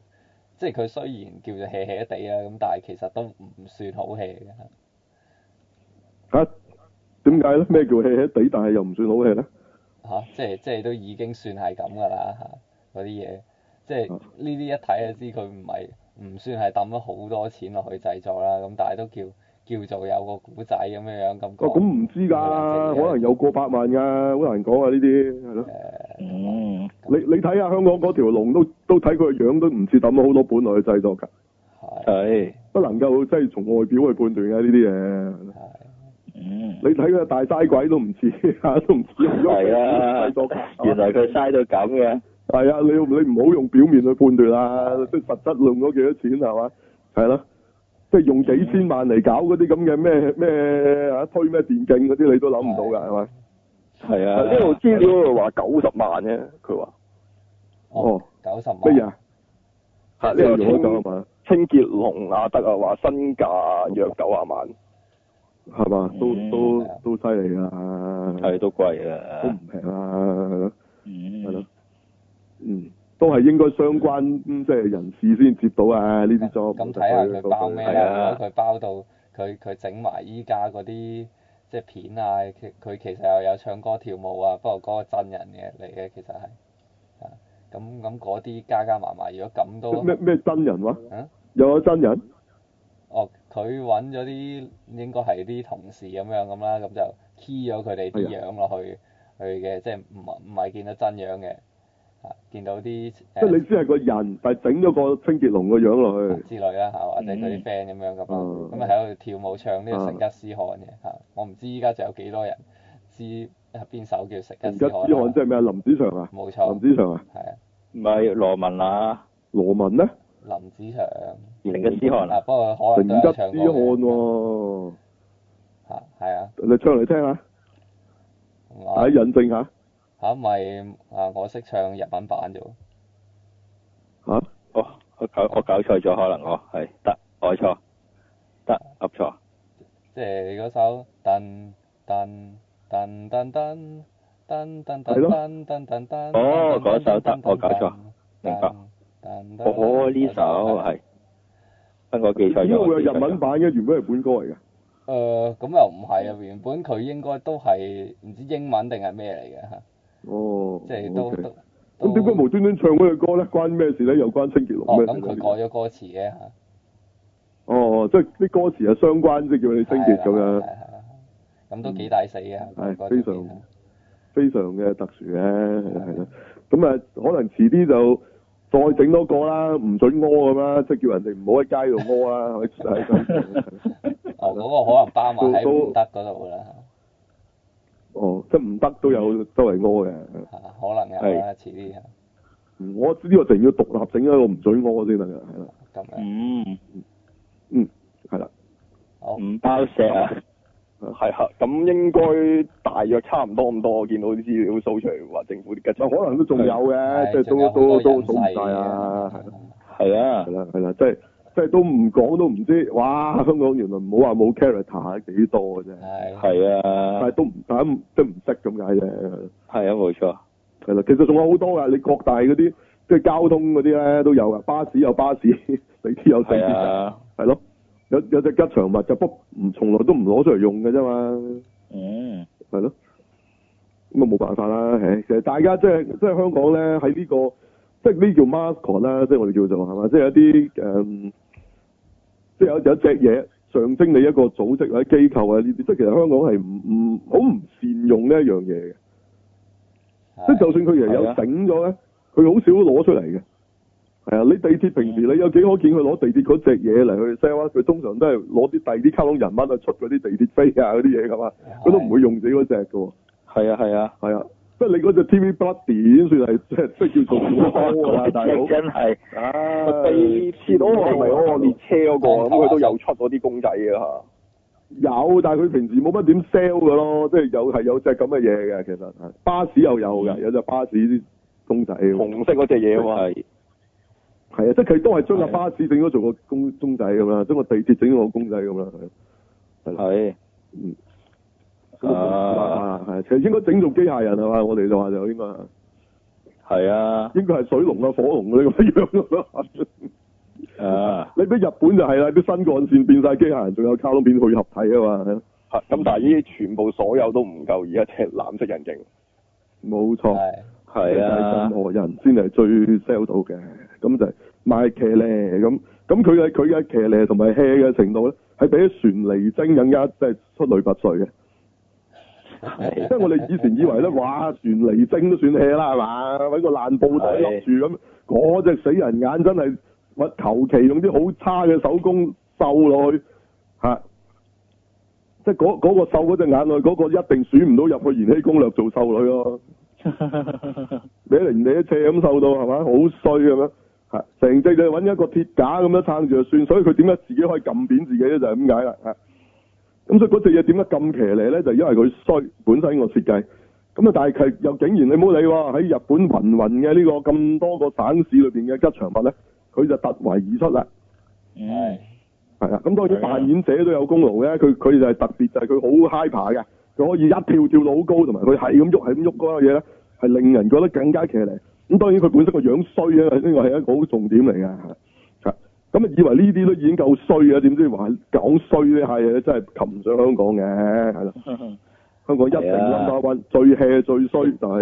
Speaker 2: 即係佢雖然叫做 hea hea 地啊，咁但係其實都唔算好 hea 嘅。
Speaker 1: 嚇點解咧？咩叫 hea hea 地，但係又唔算好 hea 咧？
Speaker 2: 嚇、即係即係都已經算係咁㗎啦嚇，嗰啲嘢，即係呢啲一睇就知佢唔係唔算係抌咗好多錢落去製作啦，咁但係都叫叫做有個古仔咁樣樣咁
Speaker 1: 哦，咁
Speaker 2: 講。
Speaker 1: 唔知
Speaker 3: 哦
Speaker 1: 㗎，可能有過百萬㗎，好難講啊呢啲係咯。
Speaker 3: 嗯，
Speaker 1: 你你睇下香港嗰條龍都都睇佢個樣都唔似抌咗好多本落去製作㗎，
Speaker 2: 係
Speaker 3: 係，
Speaker 1: 不能夠即係從外表去判斷嘅呢啲嘢。
Speaker 2: 係
Speaker 3: 嗯，
Speaker 1: 你睇佢個大嘥鬼都唔似， 都唔似用咗
Speaker 3: 係啊
Speaker 1: 製作㗎。
Speaker 3: 原來佢嘥到咁嘅，
Speaker 1: 係啊，你你唔好用表面去判斷啦，即係實質用咗幾多錢係嘛？係咯、即係
Speaker 2: 嗯
Speaker 1: 用幾千萬嚟搞嗰啲咁嘅咩咩啊推咩電競嗰啲，你都諗唔到㗎係咪？
Speaker 3: 係
Speaker 4: 啊呢度
Speaker 3: 啊，
Speaker 4: 資料度話九十萬啫，佢話
Speaker 1: 哦，
Speaker 2: 九十萬。
Speaker 1: 乜嘢啊？
Speaker 4: 嚇
Speaker 1: 即係
Speaker 4: 呢度
Speaker 1: 用咗九啊
Speaker 4: 清
Speaker 1: 萬
Speaker 4: 清潔龍亞德啊話身價約九啊萬，
Speaker 1: 係嘛？都
Speaker 3: 嗯
Speaker 1: 都都犀利啊！
Speaker 3: 係都貴
Speaker 1: 都唔
Speaker 3: 啊，
Speaker 1: 平啊，係咯，
Speaker 3: 嗯
Speaker 1: 係咯，嗯，都係應該相關嗯即係人士先接到啊呢啲 job。
Speaker 2: 咁睇下佢包咩
Speaker 3: 係
Speaker 2: 啦。
Speaker 3: 啊
Speaker 2: 如果佢包到佢佢整埋依家嗰啲即係片啊，佢佢其實又有唱歌跳舞啊，不過嗰個真人嘅嚟嘅其實係啊。咁咁嗰啲加加埋埋，如果咁都
Speaker 1: 咩咩真人話
Speaker 2: 啊？
Speaker 1: 又有真人？
Speaker 2: 哦，佢揾咗啲應該係啲同事咁樣咁啦，咁就 key 咗佢哋啲
Speaker 1: 係啊
Speaker 2: 樣落去去嘅，即係唔唔係見到真樣嘅啊，見到啲
Speaker 1: 即係
Speaker 2: 誒
Speaker 1: 你只係個人，但係整咗個清潔龍個樣落去。
Speaker 2: 之類啦，嚇，或者佢啲 friend 咁樣咁咯
Speaker 1: 嗯，
Speaker 2: 咁啊喺度跳舞唱呢個
Speaker 1: 嗯
Speaker 2: 成吉思汗嘅嚇，我唔知依家仲有幾多人知啊邊首叫成
Speaker 1: 成
Speaker 2: 吉
Speaker 1: 吉思
Speaker 2: 思
Speaker 1: 汗
Speaker 2: 汗
Speaker 1: 即係
Speaker 2: 啦，
Speaker 1: 咩啊？林子祥啊？
Speaker 2: 冇
Speaker 1: 林
Speaker 2: 錯，
Speaker 1: 子祥啊？
Speaker 2: 係啊，
Speaker 3: 唔係羅文啊，
Speaker 1: 羅文咧？
Speaker 2: 林子祥
Speaker 3: 成吉思汗
Speaker 2: 啊，
Speaker 3: 啊，
Speaker 2: 不過可
Speaker 1: 成
Speaker 2: 能都
Speaker 1: 吉思
Speaker 2: 有
Speaker 1: 汗
Speaker 2: 唱過嘅
Speaker 1: 喎，
Speaker 2: 嚇，係啊，
Speaker 1: 你唱嚟聽下，大家
Speaker 2: 咁啊
Speaker 1: 引證下
Speaker 2: 嚇咪啊，我識唱日文版啫喎。
Speaker 1: 嚇。
Speaker 3: 哦，我搞我搞錯咗，可能我係得我錯，得噏錯，
Speaker 2: 即係你嗰首噔噔噔噔噔噔噔噔
Speaker 1: 係咯
Speaker 2: 噔噔噔噔，
Speaker 3: 哦嗰首得我搞錯，明白
Speaker 2: 明白
Speaker 3: 哦呢首係，不過我記錯
Speaker 1: 點解
Speaker 3: 咗，
Speaker 1: 會有日
Speaker 3: 我記錯咗
Speaker 1: 文版嘅？原本係本歌嚟嘅。
Speaker 2: 誒咁又唔係啊，原本佢應該都係唔知英文定係咩嚟嘅嚇，
Speaker 1: 哦。
Speaker 2: 即係都
Speaker 1: OK
Speaker 2: 都
Speaker 1: 咁點解無端端唱嗰隻歌咧？關咩事咧？又關清潔
Speaker 2: 哦
Speaker 1: 龍咩事
Speaker 2: 咁
Speaker 1: 呢？
Speaker 2: 佢改咗歌詞嘅嚇，
Speaker 1: 哦，即係啲歌詞係相關，即係叫你清潔咁
Speaker 2: 係啦係啊
Speaker 1: 樣，
Speaker 2: 啦係啦咁都幾抵死嘅嚇，
Speaker 1: 係
Speaker 2: 嗰
Speaker 1: 非
Speaker 2: 條
Speaker 1: 常
Speaker 2: 片
Speaker 1: 非常嘅特殊嘅，係啦。咁啊，可能遲啲就再整多個啦，唔准屙咁啦，即係叫人哋唔好喺街度屙啦，係咪係 咁。
Speaker 2: 哦嗰個可能包埋喺
Speaker 1: 都都
Speaker 2: 唔得嗰度啦
Speaker 1: 哦，即係唔得都有周圍屙嘅。
Speaker 2: 嚇，可能有啦，遲啲嚇
Speaker 1: 嗯我呢個成要獨立整一個唔准屙先得㗎，係啦，
Speaker 2: 咁樣，
Speaker 3: 嗯，
Speaker 1: 嗯，係啦，
Speaker 2: 好
Speaker 3: 唔包石啊，
Speaker 4: 係啊，咁應該大約差唔多咁多，我見到啲資料數出嚟話政府啲吉
Speaker 1: 嗱可能都仲有嘅，
Speaker 2: 係
Speaker 1: 即係
Speaker 2: 仲有
Speaker 1: 都
Speaker 2: 好
Speaker 1: 都
Speaker 2: 多
Speaker 1: 都
Speaker 2: 人
Speaker 1: 數唔
Speaker 2: 世
Speaker 1: 晒啊，係啦
Speaker 2: 嘅
Speaker 3: 係啊
Speaker 1: 係，啦，係啦，即係即係都唔講都唔知，哇！香港原來唔好話冇 character 幾多嘅啫，
Speaker 2: 係
Speaker 3: 係
Speaker 1: 但
Speaker 3: 啊
Speaker 1: 係，都唔大家都唔識咁解啫，
Speaker 3: 係啊，冇錯，
Speaker 1: 係啦。其實仲有好多㗎，你各大嗰啲即係交通嗰啲咧都有㗎，巴士有巴士， 地鐵有地
Speaker 3: 係
Speaker 1: 鐵，
Speaker 3: 啊，
Speaker 1: 係咯。有有隻吉祥物就不唔從來都唔攞出嚟用嘅啫嘛，
Speaker 3: 嗯，
Speaker 1: 係咯。咁啊冇辦法啦，唉，其實大家即係即係香港咧喺呢個。即係呢叫 mascot 啦，即係我哋叫做係嘛，即係有啲誒、嗯即係有有一隻嘢象徵你一個組織或者機構啊呢啲，即係其實香港係唔唔好唔善用呢一樣嘢嘅，即係就算佢而家
Speaker 3: 係
Speaker 1: 有
Speaker 3: 啊
Speaker 1: 整咗咧，佢好少攞出嚟嘅。係啊，你地鐵平時你有幾可見佢攞地鐵嗰隻嘢嚟去 sell 啊？佢通常都係攞啲第二啲卡通人物啊出嗰啲地鐵飛啊嗰啲嘢㗎嘛，佢都唔會用自己嗰隻㗎喎。
Speaker 3: 係啊，係啊，
Speaker 1: 係啊，即係你嗰隻 TV Buddy 已經算係即係即係叫做好多㗎啦，大 佬。
Speaker 3: 真係，
Speaker 1: 啊
Speaker 4: 地鐵嗰個係咪嗰個列車嗰個啊？咁佢都有出嗰啲公仔嘅嚇。
Speaker 1: 有，但係佢平時冇乜點 sell 嘅咯，即係有係有隻咁嘅嘢嘅，其實係巴士又有嘅，有隻巴士啲公仔嘅，
Speaker 4: 紅色嗰只嘢啊嘛，
Speaker 3: 係，
Speaker 1: 係啊，即係佢都係將個巴士整咗做個公公仔咁啦，將個地鐵整咗個公仔咁啦，係啊
Speaker 3: 係，
Speaker 1: 嗯，咁
Speaker 3: 啊
Speaker 1: 啊係，其實應該整做機械人係嘛，我哋就話就應該係
Speaker 3: 係啊，
Speaker 1: 應該係水龍啊、火龍嗰啲咁樣 咯。
Speaker 3: 啊，
Speaker 1: 你俾日本就係啦，啲新幹線變晒機械人，仲有卡通片去合體啊嘛，
Speaker 4: 係咁，但係呢啲全部所有都唔夠而家隻藍色人形。
Speaker 1: 冇錯。
Speaker 2: 係
Speaker 1: 世界
Speaker 3: 係啊
Speaker 1: 任，何人先係最 sell 到嘅，咁就係賣騎呢咁，咁佢嘅佢嘅騎呢同埋 hea 嘅程度咧，係比起船離精更加即係出類拔萃嘅。即係我哋以前以為咧，哇，船離精都算 hea 啦，係嘛？揾個爛布袋笠住咁，嗰隻死人眼真係乜求其用啲好差嘅手工繡落去嚇。即係嗰嗰個繡嗰隻眼落去，嗰、個一定選唔到入去延禧攻略做秀女咯。你零你一斜咁瘦到係咪？好衰咁樣，係成隻就揾一個鐵架咁樣撐住就算，所以佢點解自己可以撳扁自己咧？就係咁解啦嚇。咁所以嗰隻嘢點解咁騎呢咧？就因為佢衰本身個設計。咁啊，但係佢又竟然你冇理喎，喺日本雲雲嘅呢個咁多個省市裏邊嘅吉祥物咧，佢就突圍而出啦。
Speaker 3: 嗯
Speaker 2: 係，
Speaker 1: 係啦，咁當然
Speaker 3: 係啊
Speaker 1: 扮演者都有功勞嘅，佢佢就係特別就係佢好 hyper 嘅，佢可以一跳跳到好高，同埋佢係咁喐係咁喐嗰樣嘢咧，係令人覺得更加騎呢。咁當然佢本身個樣衰啊，呢個係一個好重點嚟嘅。係咁啊，以為呢啲都已經夠衰啊，點知話講衰呢下嘢咧真係擒唔上香港嘅，係啦，香港一定
Speaker 3: 係啊
Speaker 1: number one 最 hea 最衰就係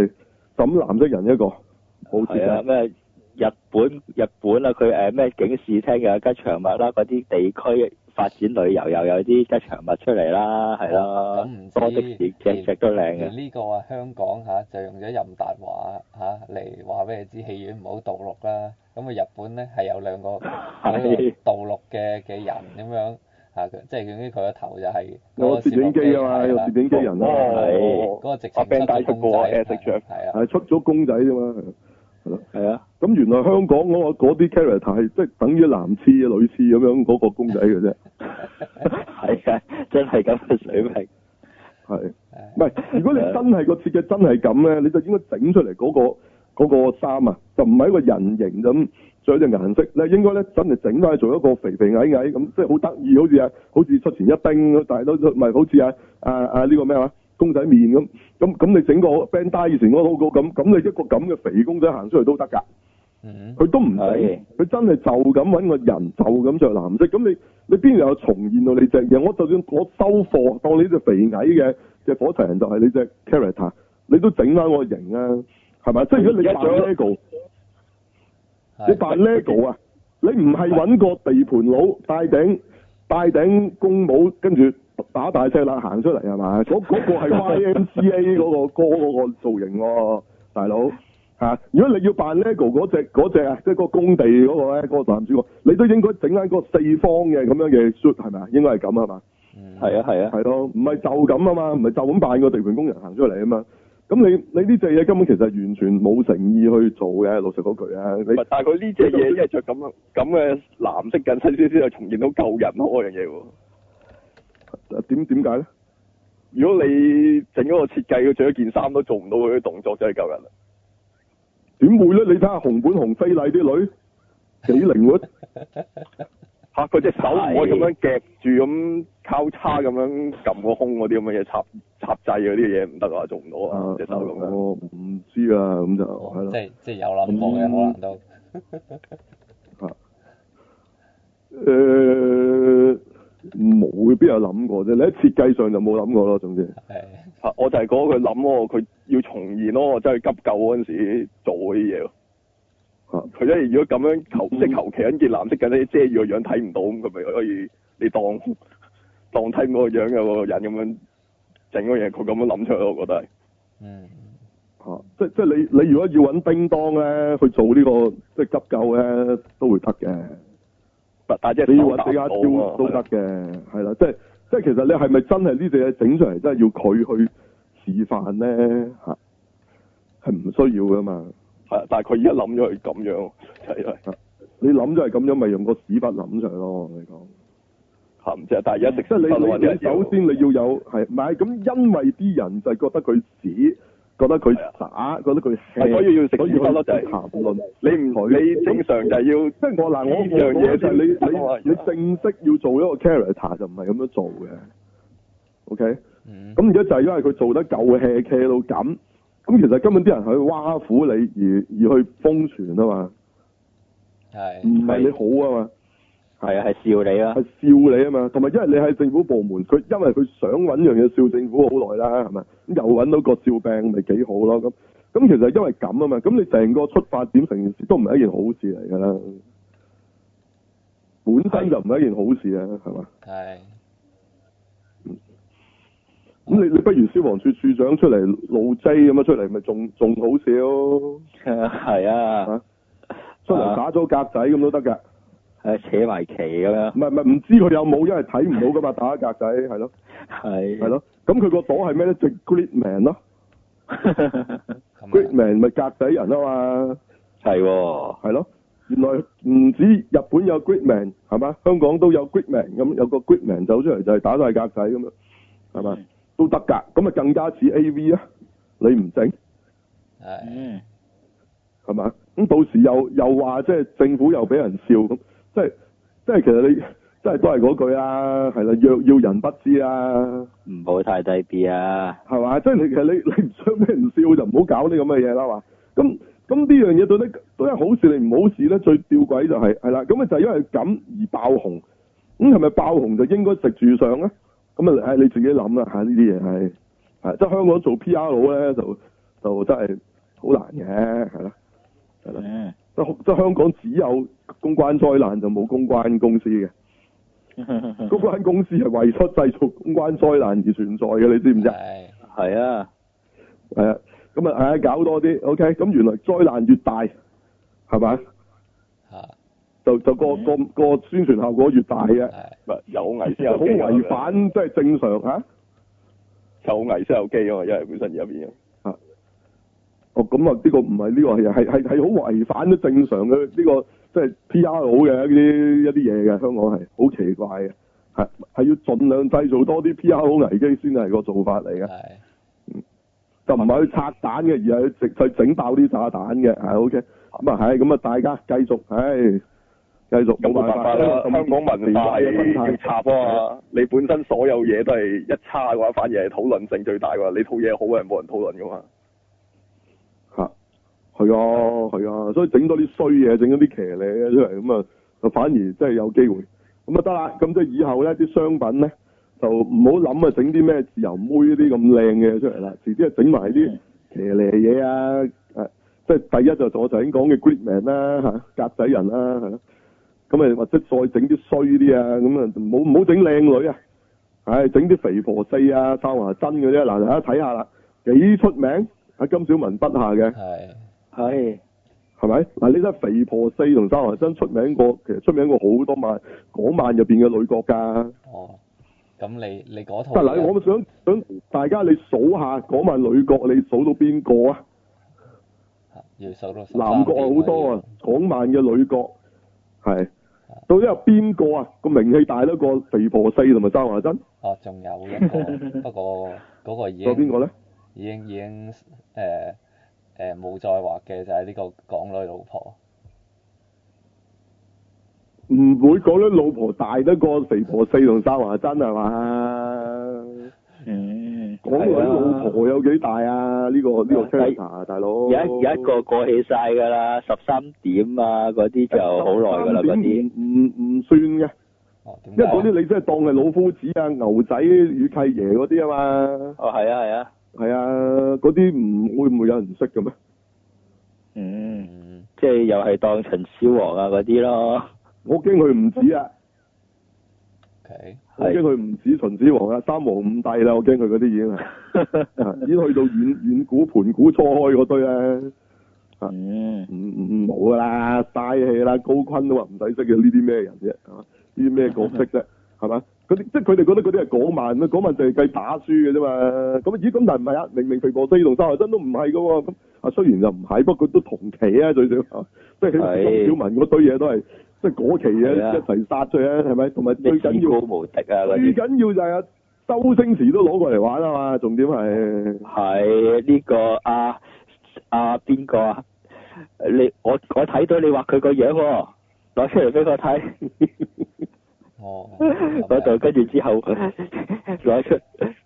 Speaker 1: 枕藍色人一個，好似
Speaker 3: 係啊，咩日本日本啊，佢誒咩警視廳啊又有吉祥物啦，嗰啲地區發展旅遊又有啲吉祥物出嚟啦，係啦
Speaker 2: 咁唔，知
Speaker 3: 多的士隻隻都靚
Speaker 2: 而
Speaker 3: 嘅，
Speaker 2: 呢個啊，香港嚇、就用咗任達華嚇嚟話俾你知戲院唔好盜錄啦。咁啊，日本咧係有兩個兩個
Speaker 3: 係
Speaker 2: 盜錄嘅嘅人咁樣嚇、佢即係總之佢個頭就係
Speaker 1: 有個攝影機啊嘛，有攝影機人啊哦嘛。
Speaker 4: 哦
Speaker 2: 嗰個直情
Speaker 4: 阿 Ben 帶出
Speaker 2: 公仔
Speaker 4: 過 S
Speaker 2: 係啊，
Speaker 1: 係出咗公仔啫嘛，係咯。
Speaker 3: 係啊，
Speaker 1: 咁原來香港嗰個嗰啲 character 係即係等於男廁、啊女廁咁樣嗰個公仔嘅啫，
Speaker 3: 係啊，真係咁嘅水平，
Speaker 1: 係
Speaker 2: 係
Speaker 1: 唔係？如果你真係個設計真係咁咧，你就應該整出嚟嗰、個嗰、個衫啊，就唔係一個人形咁，仲有隻顏色咧，應該咧真係整翻做一個肥肥矮矮咁，即係好得意，好似啊，好似出前一丁，但係都唔係好似啊啊啊呢個咩話公仔面咁，咁咁你整個 band 以前嗰個 logo 咁，咁你一個咁嘅肥公仔行出嚟都得㗎。
Speaker 2: 嗯
Speaker 1: 佢都唔
Speaker 3: 係
Speaker 1: 理，佢真係就咁揾個人就咁着藍色，咁你你邊度有重現到你隻嘢？我就算我收貨，當你隻肥矮嘅隻火柴人就係你隻 character，你都整翻個型啊，係咪？即係如果你扮
Speaker 3: 而家
Speaker 1: lego，你
Speaker 2: 係
Speaker 1: 扮 lego 啊，你唔係揾個地盤佬戴頂戴頂公帽，跟住打大隻啦行出嚟係咪？嗰嗰、個係 YMCA 嗰個歌嗰個造型喎、大佬嚇、啊如果你要扮 lego 嗰只嗰只啊，即係嗰個工地嗰、個咧，嗰、個男主角，你都應該整翻個四方嘅咁樣嘅 shoot 係咪啊？應該係咁係嘛？
Speaker 2: 嗯
Speaker 3: 係啊，係啊，
Speaker 1: 係咯，唔係就咁啊嘛，唔係就咁扮個地盤工人行出嚟啊嘛。咁你你呢隻嘢根本其實完全冇誠意去做嘅，老實嗰句啊，你
Speaker 4: 唔係但係佢呢隻嘢，因為着咁樣咁嘅藍色緊身先先就重現到救人嗰樣嘢喎。
Speaker 1: 啊點點解咧？
Speaker 4: 如果你整嗰個設計，佢着咗件衫都做唔到佢啲動作，真係救人啦。
Speaker 1: 點會咧？你睇下紅本紅飛麗啲女幾靈活，
Speaker 4: 嚇！佢隻手唔可以咁樣夾住咁交叉咁樣撳個胸嗰啲咁嘅嘢插插掣嗰啲嘢唔得啊，做唔到啊
Speaker 1: 啊！
Speaker 4: 隻手咁樣。
Speaker 1: 我唔知啊，咁就
Speaker 2: 哦
Speaker 1: 係
Speaker 2: 即
Speaker 1: 咯。
Speaker 2: 係即係有諗過嘅，可能都
Speaker 1: 啊誒呃冇邊有諗過啫？你喺設計上就冇諗過咯，總之
Speaker 2: 係
Speaker 1: 啊
Speaker 4: 嚇！我就係嗰個佢諗喎，佢要重現咯，真係急救嗰陣時做嗰啲嘢咯。
Speaker 1: 嚇
Speaker 4: 佢即係如果咁樣求
Speaker 1: 嗯
Speaker 4: 即係求其揾件藍色嘅遮住個樣睇唔到，咁佢咪可以你當當睇唔到個樣有個人咁樣整嗰樣嘢，佢咁樣諗出嚟咯，我覺得係。
Speaker 2: 嗯
Speaker 1: 嚇，啊即即你你如果要揾叮當咧去做呢個即係急救咧，都會得嘅。
Speaker 4: 但但係即係
Speaker 1: 你要
Speaker 4: 手
Speaker 1: 揾
Speaker 4: 搭
Speaker 1: 比
Speaker 4: 唔
Speaker 1: 家
Speaker 4: 到
Speaker 1: 雕
Speaker 4: 啊
Speaker 1: 都得嘅，係啦，即係即係其實你係咪真係呢隻嘢整出嚟真係要佢去示範咧嚇？係唔需要噶嘛？
Speaker 4: 係啊但係佢而家諗咗係咁樣，係啊係
Speaker 1: 你諗就係咁樣，咪用個屎忽諗上咯。你講，
Speaker 4: 嚇唔知啊！但係而家食
Speaker 1: 即係
Speaker 4: 得咯
Speaker 1: 你
Speaker 4: 啲
Speaker 1: 你
Speaker 4: 人
Speaker 1: 你首先你要有係，唔係咁，因為啲人就係覺得佢屎，覺得佢渣，覺得佢
Speaker 4: 係所以要食屎
Speaker 1: 所以
Speaker 4: 忽咯就係
Speaker 1: 談論。
Speaker 4: 你唔你正常就係要
Speaker 1: 即係我嗱，我
Speaker 4: 呢樣嘢
Speaker 1: 我就係你你
Speaker 4: 先得啊
Speaker 1: 你正式要做一個 character 就唔係咁樣做嘅。OK，
Speaker 2: 嗯
Speaker 1: 咁而家就係因為佢做得夠 hea hea 到咁，咁其實根本啲人係去挖苦你而而去封船啊嘛，
Speaker 2: 係
Speaker 1: 唔
Speaker 2: 嗯
Speaker 1: 係你好啊嘛，
Speaker 3: 係啊，係 笑你啦
Speaker 1: 係，笑你啊嘛，同埋因為你係政府部門，佢因為佢想揾樣嘢笑政府好耐啦，係咪？咁又揾到個笑柄，咪幾好咯咁。咁其實因為咁啊嘛，咁你成個出發點成件事都唔係一件好事嚟㗎啦，本身就唔係一件好事啊，係嘛？
Speaker 2: 係
Speaker 1: 咁你你不如消防處處長出嚟露 J 咁樣出嚟，咪仲仲好笑，
Speaker 3: 係啊，
Speaker 1: 出嚟打咗格仔咁都得㗎。
Speaker 3: 係扯埋旗咁樣，
Speaker 1: 唔係唔係，唔知佢有冇，因為睇唔到噶嘛，打格仔係咯
Speaker 3: 係
Speaker 1: 係，咯。咁佢個朵係咩咧？就 Great Man 咯
Speaker 2: 咁啊
Speaker 3: 嗯
Speaker 1: ，Great
Speaker 2: 樣
Speaker 1: Man 咪格仔人啊嘛，
Speaker 3: 係喎，
Speaker 1: 係咯。原來唔止日本有 Great Man 係嘛，香港都有 Great Man 咁，有個 Great Man 走出嚟就係打晒格仔咁樣，係嘛
Speaker 3: 嗯
Speaker 1: 都得㗎。咁啊更加似 A.V. 啊，你唔整
Speaker 2: 係
Speaker 3: 嗯，
Speaker 1: 係嘛？咁到時又又話即係政府又俾人笑咁，即係即係其實你即係都係嗰句啦，係啦，若要人不知啊啦。
Speaker 3: 唔好太低 B 啊，
Speaker 1: 係嘛？即 係你其實你你唔想俾人笑就唔好搞呢咁嘅嘢啦嘛。咁咁呢樣嘢到底到底好事定唔好事咧？最吊詭就係係啦，咁啊就係因為咁而爆紅。咁係咪爆紅就應該食住上咧？咁啊，唉你自己諗啦嚇，呢啲嘢係係即係香港做 P.R. 佬咧，就就真係好難嘅，係啦，係啦。
Speaker 3: 嗯，
Speaker 1: 即係即係香港只有公關災難就冇公關公司嘅，公
Speaker 3: 係
Speaker 1: 關公司係為咗製造公關災難而存在嘅，你知唔知啊？
Speaker 2: 係
Speaker 3: 啊，
Speaker 1: 係啊，咁啊，唉，搞多啲，OK，咁原來災難越大，係咪？
Speaker 2: 嚇
Speaker 1: 就就個個個宣傳效果越大嘅，
Speaker 2: 係
Speaker 4: 咪有危先有
Speaker 1: 好
Speaker 4: 機啊
Speaker 1: 違，反即係正常嚇。
Speaker 4: 有危先有機啊嘛，因為本身入邊
Speaker 1: 哦，咁啊，呢個唔係呢個係係係係好違反咗正常嘅呢個即係 P.R. 嘅一啲一啲嘢嘅，香港係好奇怪嘅，係係要盡量製造多啲 P.R. 危機先係個做法嚟嘅。
Speaker 2: 係
Speaker 1: 就唔係去拆彈嘅，而係去直去整爆啲炸彈嘅，係 OK。咁啊，係咁啊，大家繼續，唉，繼續
Speaker 4: 有
Speaker 1: 冇
Speaker 4: 冇
Speaker 1: 辦
Speaker 4: 辦法
Speaker 1: 法
Speaker 4: 啦？香港文化
Speaker 1: 嘅生
Speaker 4: 係要
Speaker 1: 態
Speaker 4: 插啊嘛，你本身所有嘢都係一差嘅話，反而係討論性最大嘅話，你套嘢好係冇人討論噶嘛。
Speaker 1: 嚇，係啊，係啊，所以整多啲衰嘢，整咗啲騎呢嘅出嚟，咁啊，就反而真係有機會。咁啊得啦，咁即係以後咧啲商品咧就唔好諗啊，整啲咩自由妹呢啲咁靚嘅出嚟啦，遲啲啊整埋啲騎呢嘢啊，誒，即係第一就我頭先講嘅 Great Man 啦嚇，格仔人啦係咯。咁啊，或者再整啲衰啲啊，咁啊，唔好唔好整靚女啊，唉，整啲肥婆四啊、三華真嗰啲啊，嗱，大家睇下啦，幾出名喺金小文筆下嘅，
Speaker 2: 係
Speaker 3: 係，
Speaker 1: 係咪？嗱，呢啲肥婆四同三華真出名過，其實出名過好多漫港漫入邊嘅女角㗎。
Speaker 2: 哦。咁你你嗰套
Speaker 1: 得嗱，我想想大家你數下港漫女角，你數到邊個啊？
Speaker 2: 要數到十三
Speaker 1: 男角
Speaker 2: 點
Speaker 1: 好多啊，港漫嘅女角係到底有邊個啊？個名氣大得過肥婆四同埋三華啊真？
Speaker 2: 要。哦，仲有一 個，不過嗰個已
Speaker 1: 仲有邊
Speaker 2: 經
Speaker 1: 個咧？
Speaker 2: 已經已經誒誒冇再畫嘅就係呢個港女老婆。
Speaker 1: 唔會講得老婆大得過肥婆四同三華真係嘛？
Speaker 3: 啊嗯，
Speaker 1: 講女老婆有幾大啊？呢、個呢、個 c h a r
Speaker 3: 係
Speaker 1: a c 大佬
Speaker 3: 有一有一個過氣晒㗎啦，十三點啊嗰啲就好耐㗎啦，嗰啲啊
Speaker 1: 唔唔唔算嘅，
Speaker 2: 哦，點
Speaker 1: 因為嗰
Speaker 2: 解？
Speaker 1: 啲你真係當係老夫子啊、牛仔與契爺嗰啲啊嘛，
Speaker 3: 哦係啊係啊，
Speaker 1: 係啊，嗰啲唔會唔會有人識嘅咩？
Speaker 3: 嗯，
Speaker 2: 嗯，
Speaker 3: 即係又係當秦始皇啊嗰啲咯，
Speaker 1: 我驚佢唔止啊，
Speaker 2: OK，
Speaker 1: 我驚
Speaker 3: 係
Speaker 1: 佢唔止秦始皇啊、三皇五帝啦，我驚佢嗰啲已經 係啊已經去到遠遠古盤古初開嗰堆啊咧。
Speaker 3: 嗯
Speaker 1: 唔唔冇噶啦，嘥氣啦！高坤都話唔使識嘅呢啲咩人啫，係嘛？呢啲咩角色啫，係嘛？嗰啲即係佢哋覺得嗰啲係港漫咩？港漫就係計打輸嘅啫嘛。咁咦咁但係唔係啊？明明肥婆四同三河真都唔係嘅喎。咁啊雖然就唔係，不過都同期啊最少，啊即係
Speaker 3: 係
Speaker 1: 佢小文嗰堆嘢都係即係嗰期
Speaker 3: 係啊
Speaker 1: 嘅一齊殺出啊，係咪？同埋
Speaker 3: 咩
Speaker 1: 最
Speaker 3: 至
Speaker 1: 緊要
Speaker 3: 高無敵啊嗰
Speaker 1: 最
Speaker 3: 啲，
Speaker 1: 緊要就係啊周星馳都攞過嚟玩啊嘛，重點係。
Speaker 3: 係呢個啊啊邊個啊？你我我睇到你畫佢個樣喎，攞出嚟俾我睇。
Speaker 2: 哦，
Speaker 3: 嗰度，跟住之後攞出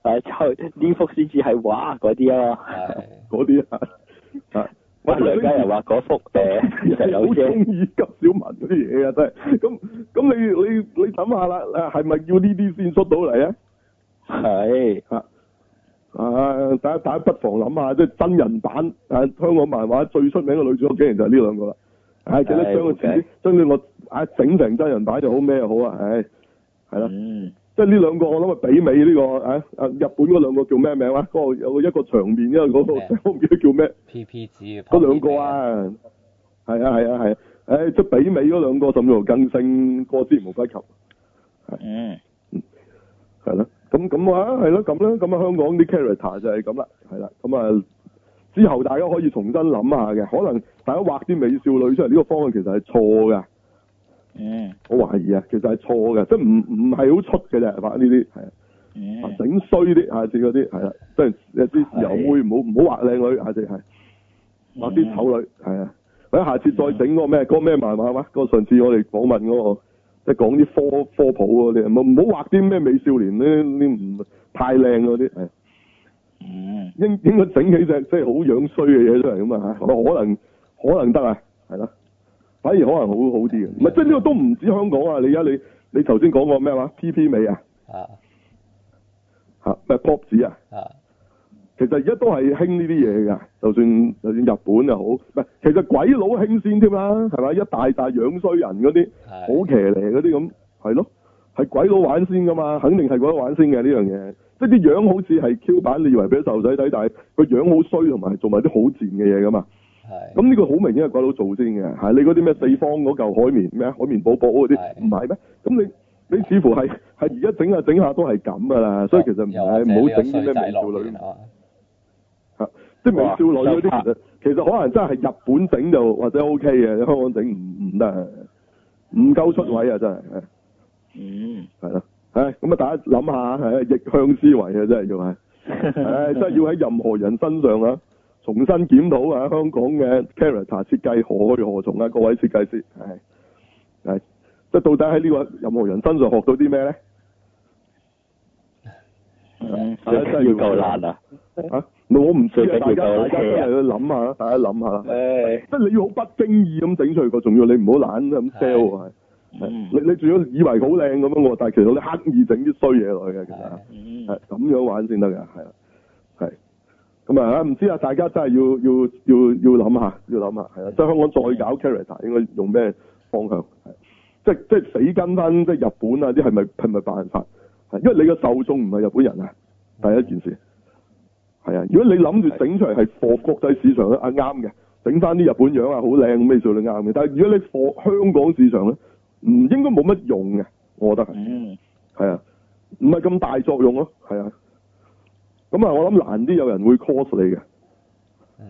Speaker 3: 啊抽呢幅先至係畫嗰啲啊嘛，
Speaker 2: 係
Speaker 1: 嗰啲啊，啊，
Speaker 3: 阿梁家又話嗰幅 誒就有
Speaker 1: 好中
Speaker 3: 啫，
Speaker 1: 意急小文嗰啲嘢啊，真係。咁咁你你你諗下啦，誒係咪要呢啲先出到嚟啊？
Speaker 3: 係
Speaker 1: 啊啊！大家大家不妨諗下，即係真人版啊香港漫畫最出名嘅女主角，竟然就係呢兩個啦。唉、記得
Speaker 3: 係
Speaker 1: 將佢自己將佢我啊整成真人版就好咩好啊！唉、係啦，
Speaker 3: 嗯
Speaker 1: 即係呢兩個我諗係媲美呢、個啊啊日本嗰兩個叫咩名啊？嗰、個有一個長面，一個嗰、
Speaker 2: 咩
Speaker 1: 個 我唔記得叫咩。
Speaker 2: PP 子嘅
Speaker 1: 嗰兩個，啊，係啊係啊係啊，唉、即係媲美嗰兩個，甚至乎更勝過之無不及，
Speaker 3: 嗯
Speaker 1: 係咯、咁咁啊，係咯，咁啦，咁啊，香港啲 character 就係咁啦，係啦，咁啊，之後大家可以重新諗下嘅，可能大家畫啲美少女出嚟呢個方向其實係錯㗎，
Speaker 3: 嗯
Speaker 1: 我懷疑啊，其實係錯㗎，即係唔唔係好出嘅啫，畫呢啲係啊。啊
Speaker 3: 嗯，
Speaker 1: 整衰啲，下次嗰啲係啦，即係有啲油妹唔好唔好畫靚女，下次係畫啲醜女，係啊，或者下次再整嗰
Speaker 3: 嗯
Speaker 1: 個咩嗰個咩漫畫嘛，嗰個上次我哋訪問嗰個，即係講啲科科普嗰啲，唔唔好畫啲咩美少年呢啲唔太靚嗰啲，係
Speaker 3: 嗯
Speaker 1: 應應該整起隻即係好樣衰嘅嘢出嚟咁啊，可能可能得啊，係啦，反而可能好好啲嘅，唔係即係呢個都唔止香港啊，你而家你你頭先講過咩話 P P 美啊
Speaker 2: 啊
Speaker 1: 嚇咩 pop 子啊？
Speaker 2: 啊
Speaker 1: 其實而家都係興呢啲嘢㗎，就算就算日本又好，唔係其實鬼佬興先添啦，係咪？一大扎樣衰人嗰啲，好
Speaker 2: 係
Speaker 1: 騎呢嗰啲咁，係咯，係鬼佬玩先㗎嘛，肯定係鬼佬玩先嘅呢樣嘢。即係啲樣好似係 Q 版，你以為俾細路仔睇，但係個樣好衰，同埋做埋啲好賤嘅嘢㗎嘛。
Speaker 2: 係
Speaker 1: 咁呢個好明顯係鬼佬做先嘅，係你嗰啲咩四方嗰嚿海綿咩海綿寶寶嗰啲
Speaker 2: 係
Speaker 1: 唔係咩？咁你你似乎係係而家整下整下都係咁㗎啦，所以其實唔
Speaker 2: 又或
Speaker 1: 係唔
Speaker 2: 者呢
Speaker 1: 好
Speaker 2: 個
Speaker 1: 整啲咩
Speaker 2: 衰仔
Speaker 1: 美少
Speaker 2: 樂
Speaker 1: 女
Speaker 2: 園。啊
Speaker 1: 即係美少女嗰
Speaker 3: 哇
Speaker 1: 啲，其實其實可能真係日本整就或者 O K 嘅，香港整唔唔得啊，唔夠出位啊，真係係
Speaker 3: 嗯，
Speaker 1: 係咯，唉咁啊，大家諗下，係逆向思維啊，真係要係，唉真係要喺任何人身上啊，重新檢討啊，香港嘅 character 設計何去何從啊，各位設計師，係係即係到底喺呢個任何人身上學到啲咩咧？
Speaker 3: 嗯要夠難啊，
Speaker 1: 嚇、我唔知啊，
Speaker 3: 最緊
Speaker 1: 大
Speaker 3: 要
Speaker 1: 家
Speaker 3: 就係
Speaker 1: 大家真
Speaker 3: OK 啊
Speaker 1: 係要諗下啦，大家諗下啦。
Speaker 4: 唉，
Speaker 1: 即係你要好不經意咁整出去個，仲要你唔好懶咁 sell 喎係。係
Speaker 3: 嗯
Speaker 1: 你你仲要以為好靚咁樣喎，但係其實你刻意整啲衰嘢落去嘅，其實
Speaker 3: 嗯
Speaker 1: 係咁樣玩先得㗎，係啦，係。咁啊，唔知啊，大家真係要要要要諗下，要諗下，係啦，啊即係香港再搞 character 應該用咩方向？係即係即係死跟翻即係日本啊啲係咪係咪辦法？係因為你嘅受眾唔係日本人啊，第一件事係啊。如果你諗住整出嚟係貨國際市場咧，啊啱嘅，整翻啲日本樣啊，好靚咁，你做你啱嘅。但係如果你貨香港市場咧，唔應該冇乜用嘅，我覺得係。
Speaker 3: 嗯
Speaker 1: 係啊，唔係咁大作用咯，係啊。咁啊，我諗難啲有人會 cos 你嘅，
Speaker 2: 嗯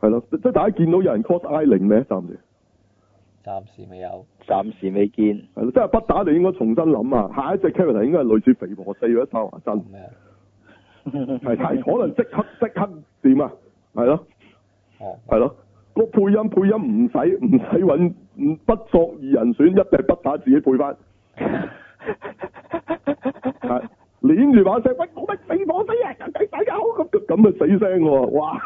Speaker 1: 係咯，即即係大家見到有人 cos I 零咩？暫時
Speaker 2: 暫時未有
Speaker 3: 暫時未見，
Speaker 1: 係咯，即係不打你應該重新諗啊，下一隻 character 應該係類似肥婆四或者沙華真，
Speaker 2: 咁樣
Speaker 1: 係係可能即刻即刻點啊？係咯
Speaker 2: 哦
Speaker 1: 係咯，個配音配音唔使唔使揾，唔不作二人選，一定係不打自己配翻，係攣啊住把聲，喂我咪肥婆四啊，大家好咁咁咁啊死聲喎，哇！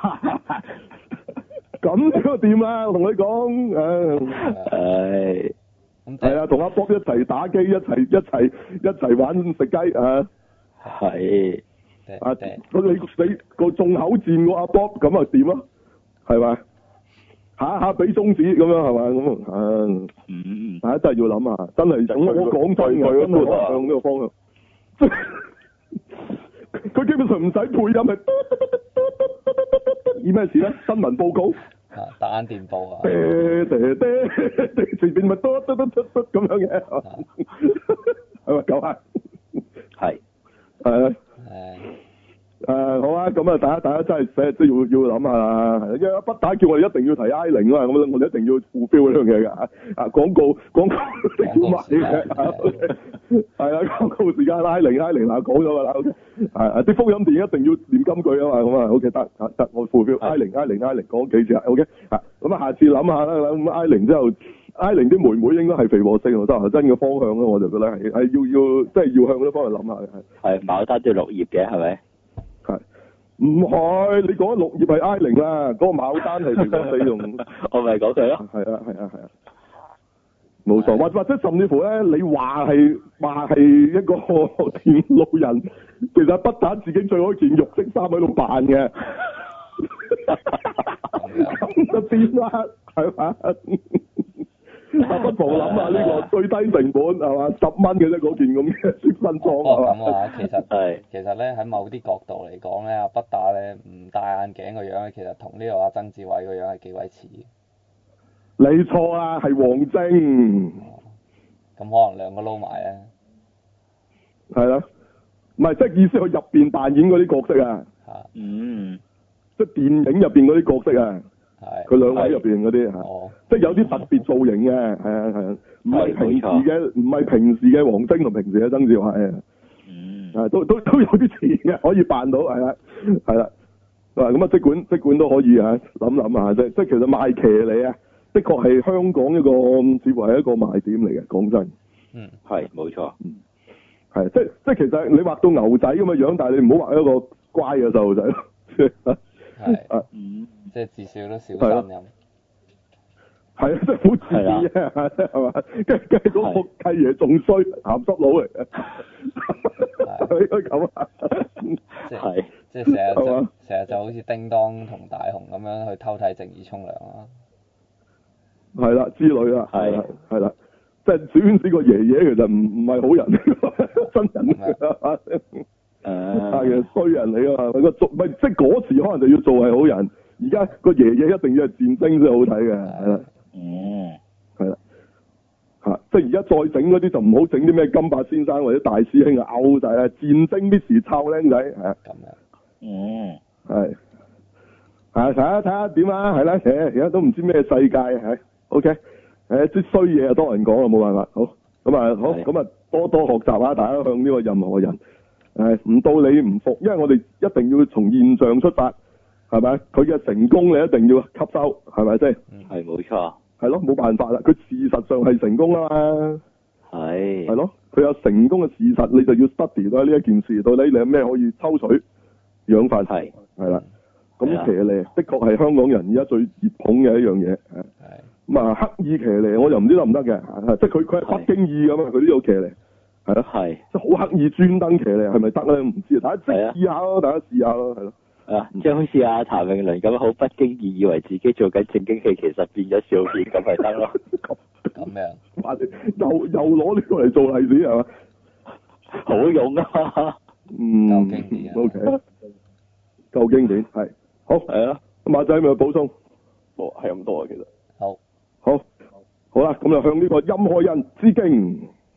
Speaker 1: 咁都掂啦，我同你講，誒、
Speaker 3: 唉，
Speaker 2: 咁第
Speaker 1: 係啊，同阿 Bob 一齊打機，一齊一齊一齊玩食雞啊！
Speaker 3: 係
Speaker 2: 第
Speaker 1: 啊，
Speaker 2: 第
Speaker 1: 咁你你個眾口賤過阿 Bob，咁啊掂咯，係咪？下下俾中指咁樣係咪？咁啊，
Speaker 3: 嗯
Speaker 1: 大家真係要諗下，真係我我講真嘅，真係我向呢個方向。佢基本上唔使配音，係以咩事咧？新聞報告。
Speaker 2: 啊打眼電報啊，
Speaker 1: 嗲嗲嗲，前邊咪嘟嘟嘟嘟嘟咁樣嘅，係咪夠啊？
Speaker 3: 係
Speaker 1: 係啊
Speaker 2: 誒
Speaker 1: 誒好啊，咁啊，大家大家真係即係要要諗下啦，因為不打叫我哋一定要提 I 零啊嘛，咁我哋一定要 fulfill 呢樣嘢㗎啊啊廣告廣告要賣嘅，啊 OK，係啦廣告時間 I 零 I 零嗱講咗㗎啦，OK，係啊啲福音電一定要念金句啊嘛，咁啊 OK 得啊得我 fulfill I 零 I 零 I 零講幾次啊 OK 啊咁啊下次諗下啦，咁 I 零之後 I 零啲妹妹應該係肥和性同周華真嘅方向咯，我就覺得係係要要即係要向嗰啲方向諗下嘅係。
Speaker 3: 係，牡丹都要綠葉嘅係咪？
Speaker 1: 係唔係，你講綠葉係 I 零啦，嗰、個牡丹係蘋果四用，
Speaker 3: 我咪講佢咯。
Speaker 1: 係啊係啊係啊，冇錯，或或者甚至乎咧，你話係話係一個 電路人，其實不但自己着嗰件肉色衫喺度扮嘅，
Speaker 2: 啊
Speaker 1: 咁就變啦，係嘛？啊不妨諗下呢個最低成本係嘛？十蚊嘅啫，嗰件咁嘅新裝
Speaker 2: 哦不過
Speaker 1: 係嘛？
Speaker 2: 咁啊，其實
Speaker 3: 係
Speaker 2: 其實咧喺某啲角度嚟講咧，阿北打咧唔戴眼鏡個樣咧，其實同呢個阿曾志偉個樣係幾鬼似嘅。
Speaker 1: 你錯啊，係王晶。
Speaker 2: 咁可能兩個撈埋啊咧，
Speaker 1: 係啦，唔係即係意思佢入邊扮演嗰啲角色啊，
Speaker 2: 嚇
Speaker 3: 嗯，
Speaker 1: 即係電影入邊嗰啲角色啊，佢
Speaker 2: 係
Speaker 1: 兩位入邊嗰啲嚇，
Speaker 2: 哦，
Speaker 1: 即係有啲特別造型嘅，係啊係啊，唔係
Speaker 3: 係
Speaker 1: 平時
Speaker 3: 冇
Speaker 1: 嘅唔係平時嘅王晶同平時嘅曾志偉啊
Speaker 3: 嗯，
Speaker 1: 啊，都 都都有啲似嘅，可以扮到係啦係啦，啊咁啊即管即管都可以嚇，諗諗啊即即係其實賣騎你啊，的確係香港一個嗯似乎係一個賣點嚟嘅，講真。
Speaker 2: 嗯，
Speaker 3: 係冇錯。
Speaker 1: 係，即即其實你畫到牛仔咁嘅樣，但係你唔好畫一個乖嘅細路仔咯。
Speaker 2: 係，
Speaker 1: 啊
Speaker 3: 嗯，
Speaker 2: 即係至少都小心
Speaker 1: 係咯
Speaker 2: 咁。
Speaker 1: 係啊，即係好似意啊，係嘛？跟跟住嗰個契爺仲衰，鹹濕佬嚟嘅，應該咁啊。
Speaker 2: 即係
Speaker 3: 係
Speaker 2: 即係成日
Speaker 1: 係
Speaker 2: 就
Speaker 1: 嘛
Speaker 2: 成日就好似叮當同大雄咁樣去偷睇靜怡沖涼啊！
Speaker 1: 係啦，之類啦，
Speaker 3: 係
Speaker 1: 啦，係啦。即係小丸子個爺爺其實唔唔係好人 嚟㗎，真人嚟㗎，但 係
Speaker 3: 誒，
Speaker 1: 衰人嚟㗎嘛。個做唔係即係嗰時可能就要做係好人，而家個爺爺一定要係戰爭先好睇嘅，係啦。
Speaker 3: 嗯，
Speaker 1: 係啦，吓、即係而家再整嗰啲就唔好整啲咩金伯先生或者大師兄啊，勾晒啦，戰爭 miss 臭僆仔，係啊
Speaker 2: 咁樣
Speaker 3: 嗯，
Speaker 1: 係，係啊睇下睇下點啊，係啦，誒而家都唔知咩世界係，OK，誒啲衰嘢啊多人講啊，冇辦法，好，咁啊好，
Speaker 3: 係
Speaker 1: 咁啊多多學習啊，大家向呢個任何人，誒唔到你唔服，因為我哋一定要從現象出發，係咪？佢嘅成功你一定要吸收，係咪先？
Speaker 3: 係冇錯。
Speaker 1: 係咯，冇辦法啦，佢事實上係成功啦啊嘛。
Speaker 3: 係
Speaker 1: 係咯，佢有成功嘅事實，你就要 study 啦呢一件事，到底你有咩可以抽取養分？
Speaker 3: 係
Speaker 1: 係啦，咁
Speaker 3: 係啊
Speaker 1: 騎呢的確係香港人而家最熱捧嘅一樣嘢。係
Speaker 2: 係
Speaker 1: 咁啊，刻意騎呢，我就唔知得唔得嘅，係即係佢佢係
Speaker 3: 係
Speaker 1: 不經意咁啊，佢呢度騎呢，係咯，
Speaker 3: 係
Speaker 1: 即係好刻意專登騎呢，係咪得咧？唔知，大家即
Speaker 3: 係啊
Speaker 1: 係試下咯，大家試下咯，係咯，
Speaker 3: 啊，即係好似阿譚詠麟咁，好不經意以為自己做緊正經戲，其實變咗笑片咁咪得咯。
Speaker 2: 咁樣
Speaker 1: 哇你又又攞呢個嚟做例子係嘛？
Speaker 3: 好用啊，
Speaker 1: 嗯
Speaker 2: 夠經典啊
Speaker 1: ，O K，夠經典係好，
Speaker 3: 係啊，
Speaker 1: 馬仔咪補充。
Speaker 4: 哦係咁多啊，其實
Speaker 2: 好
Speaker 1: 好，好啦，咁就向呢個音海人致敬。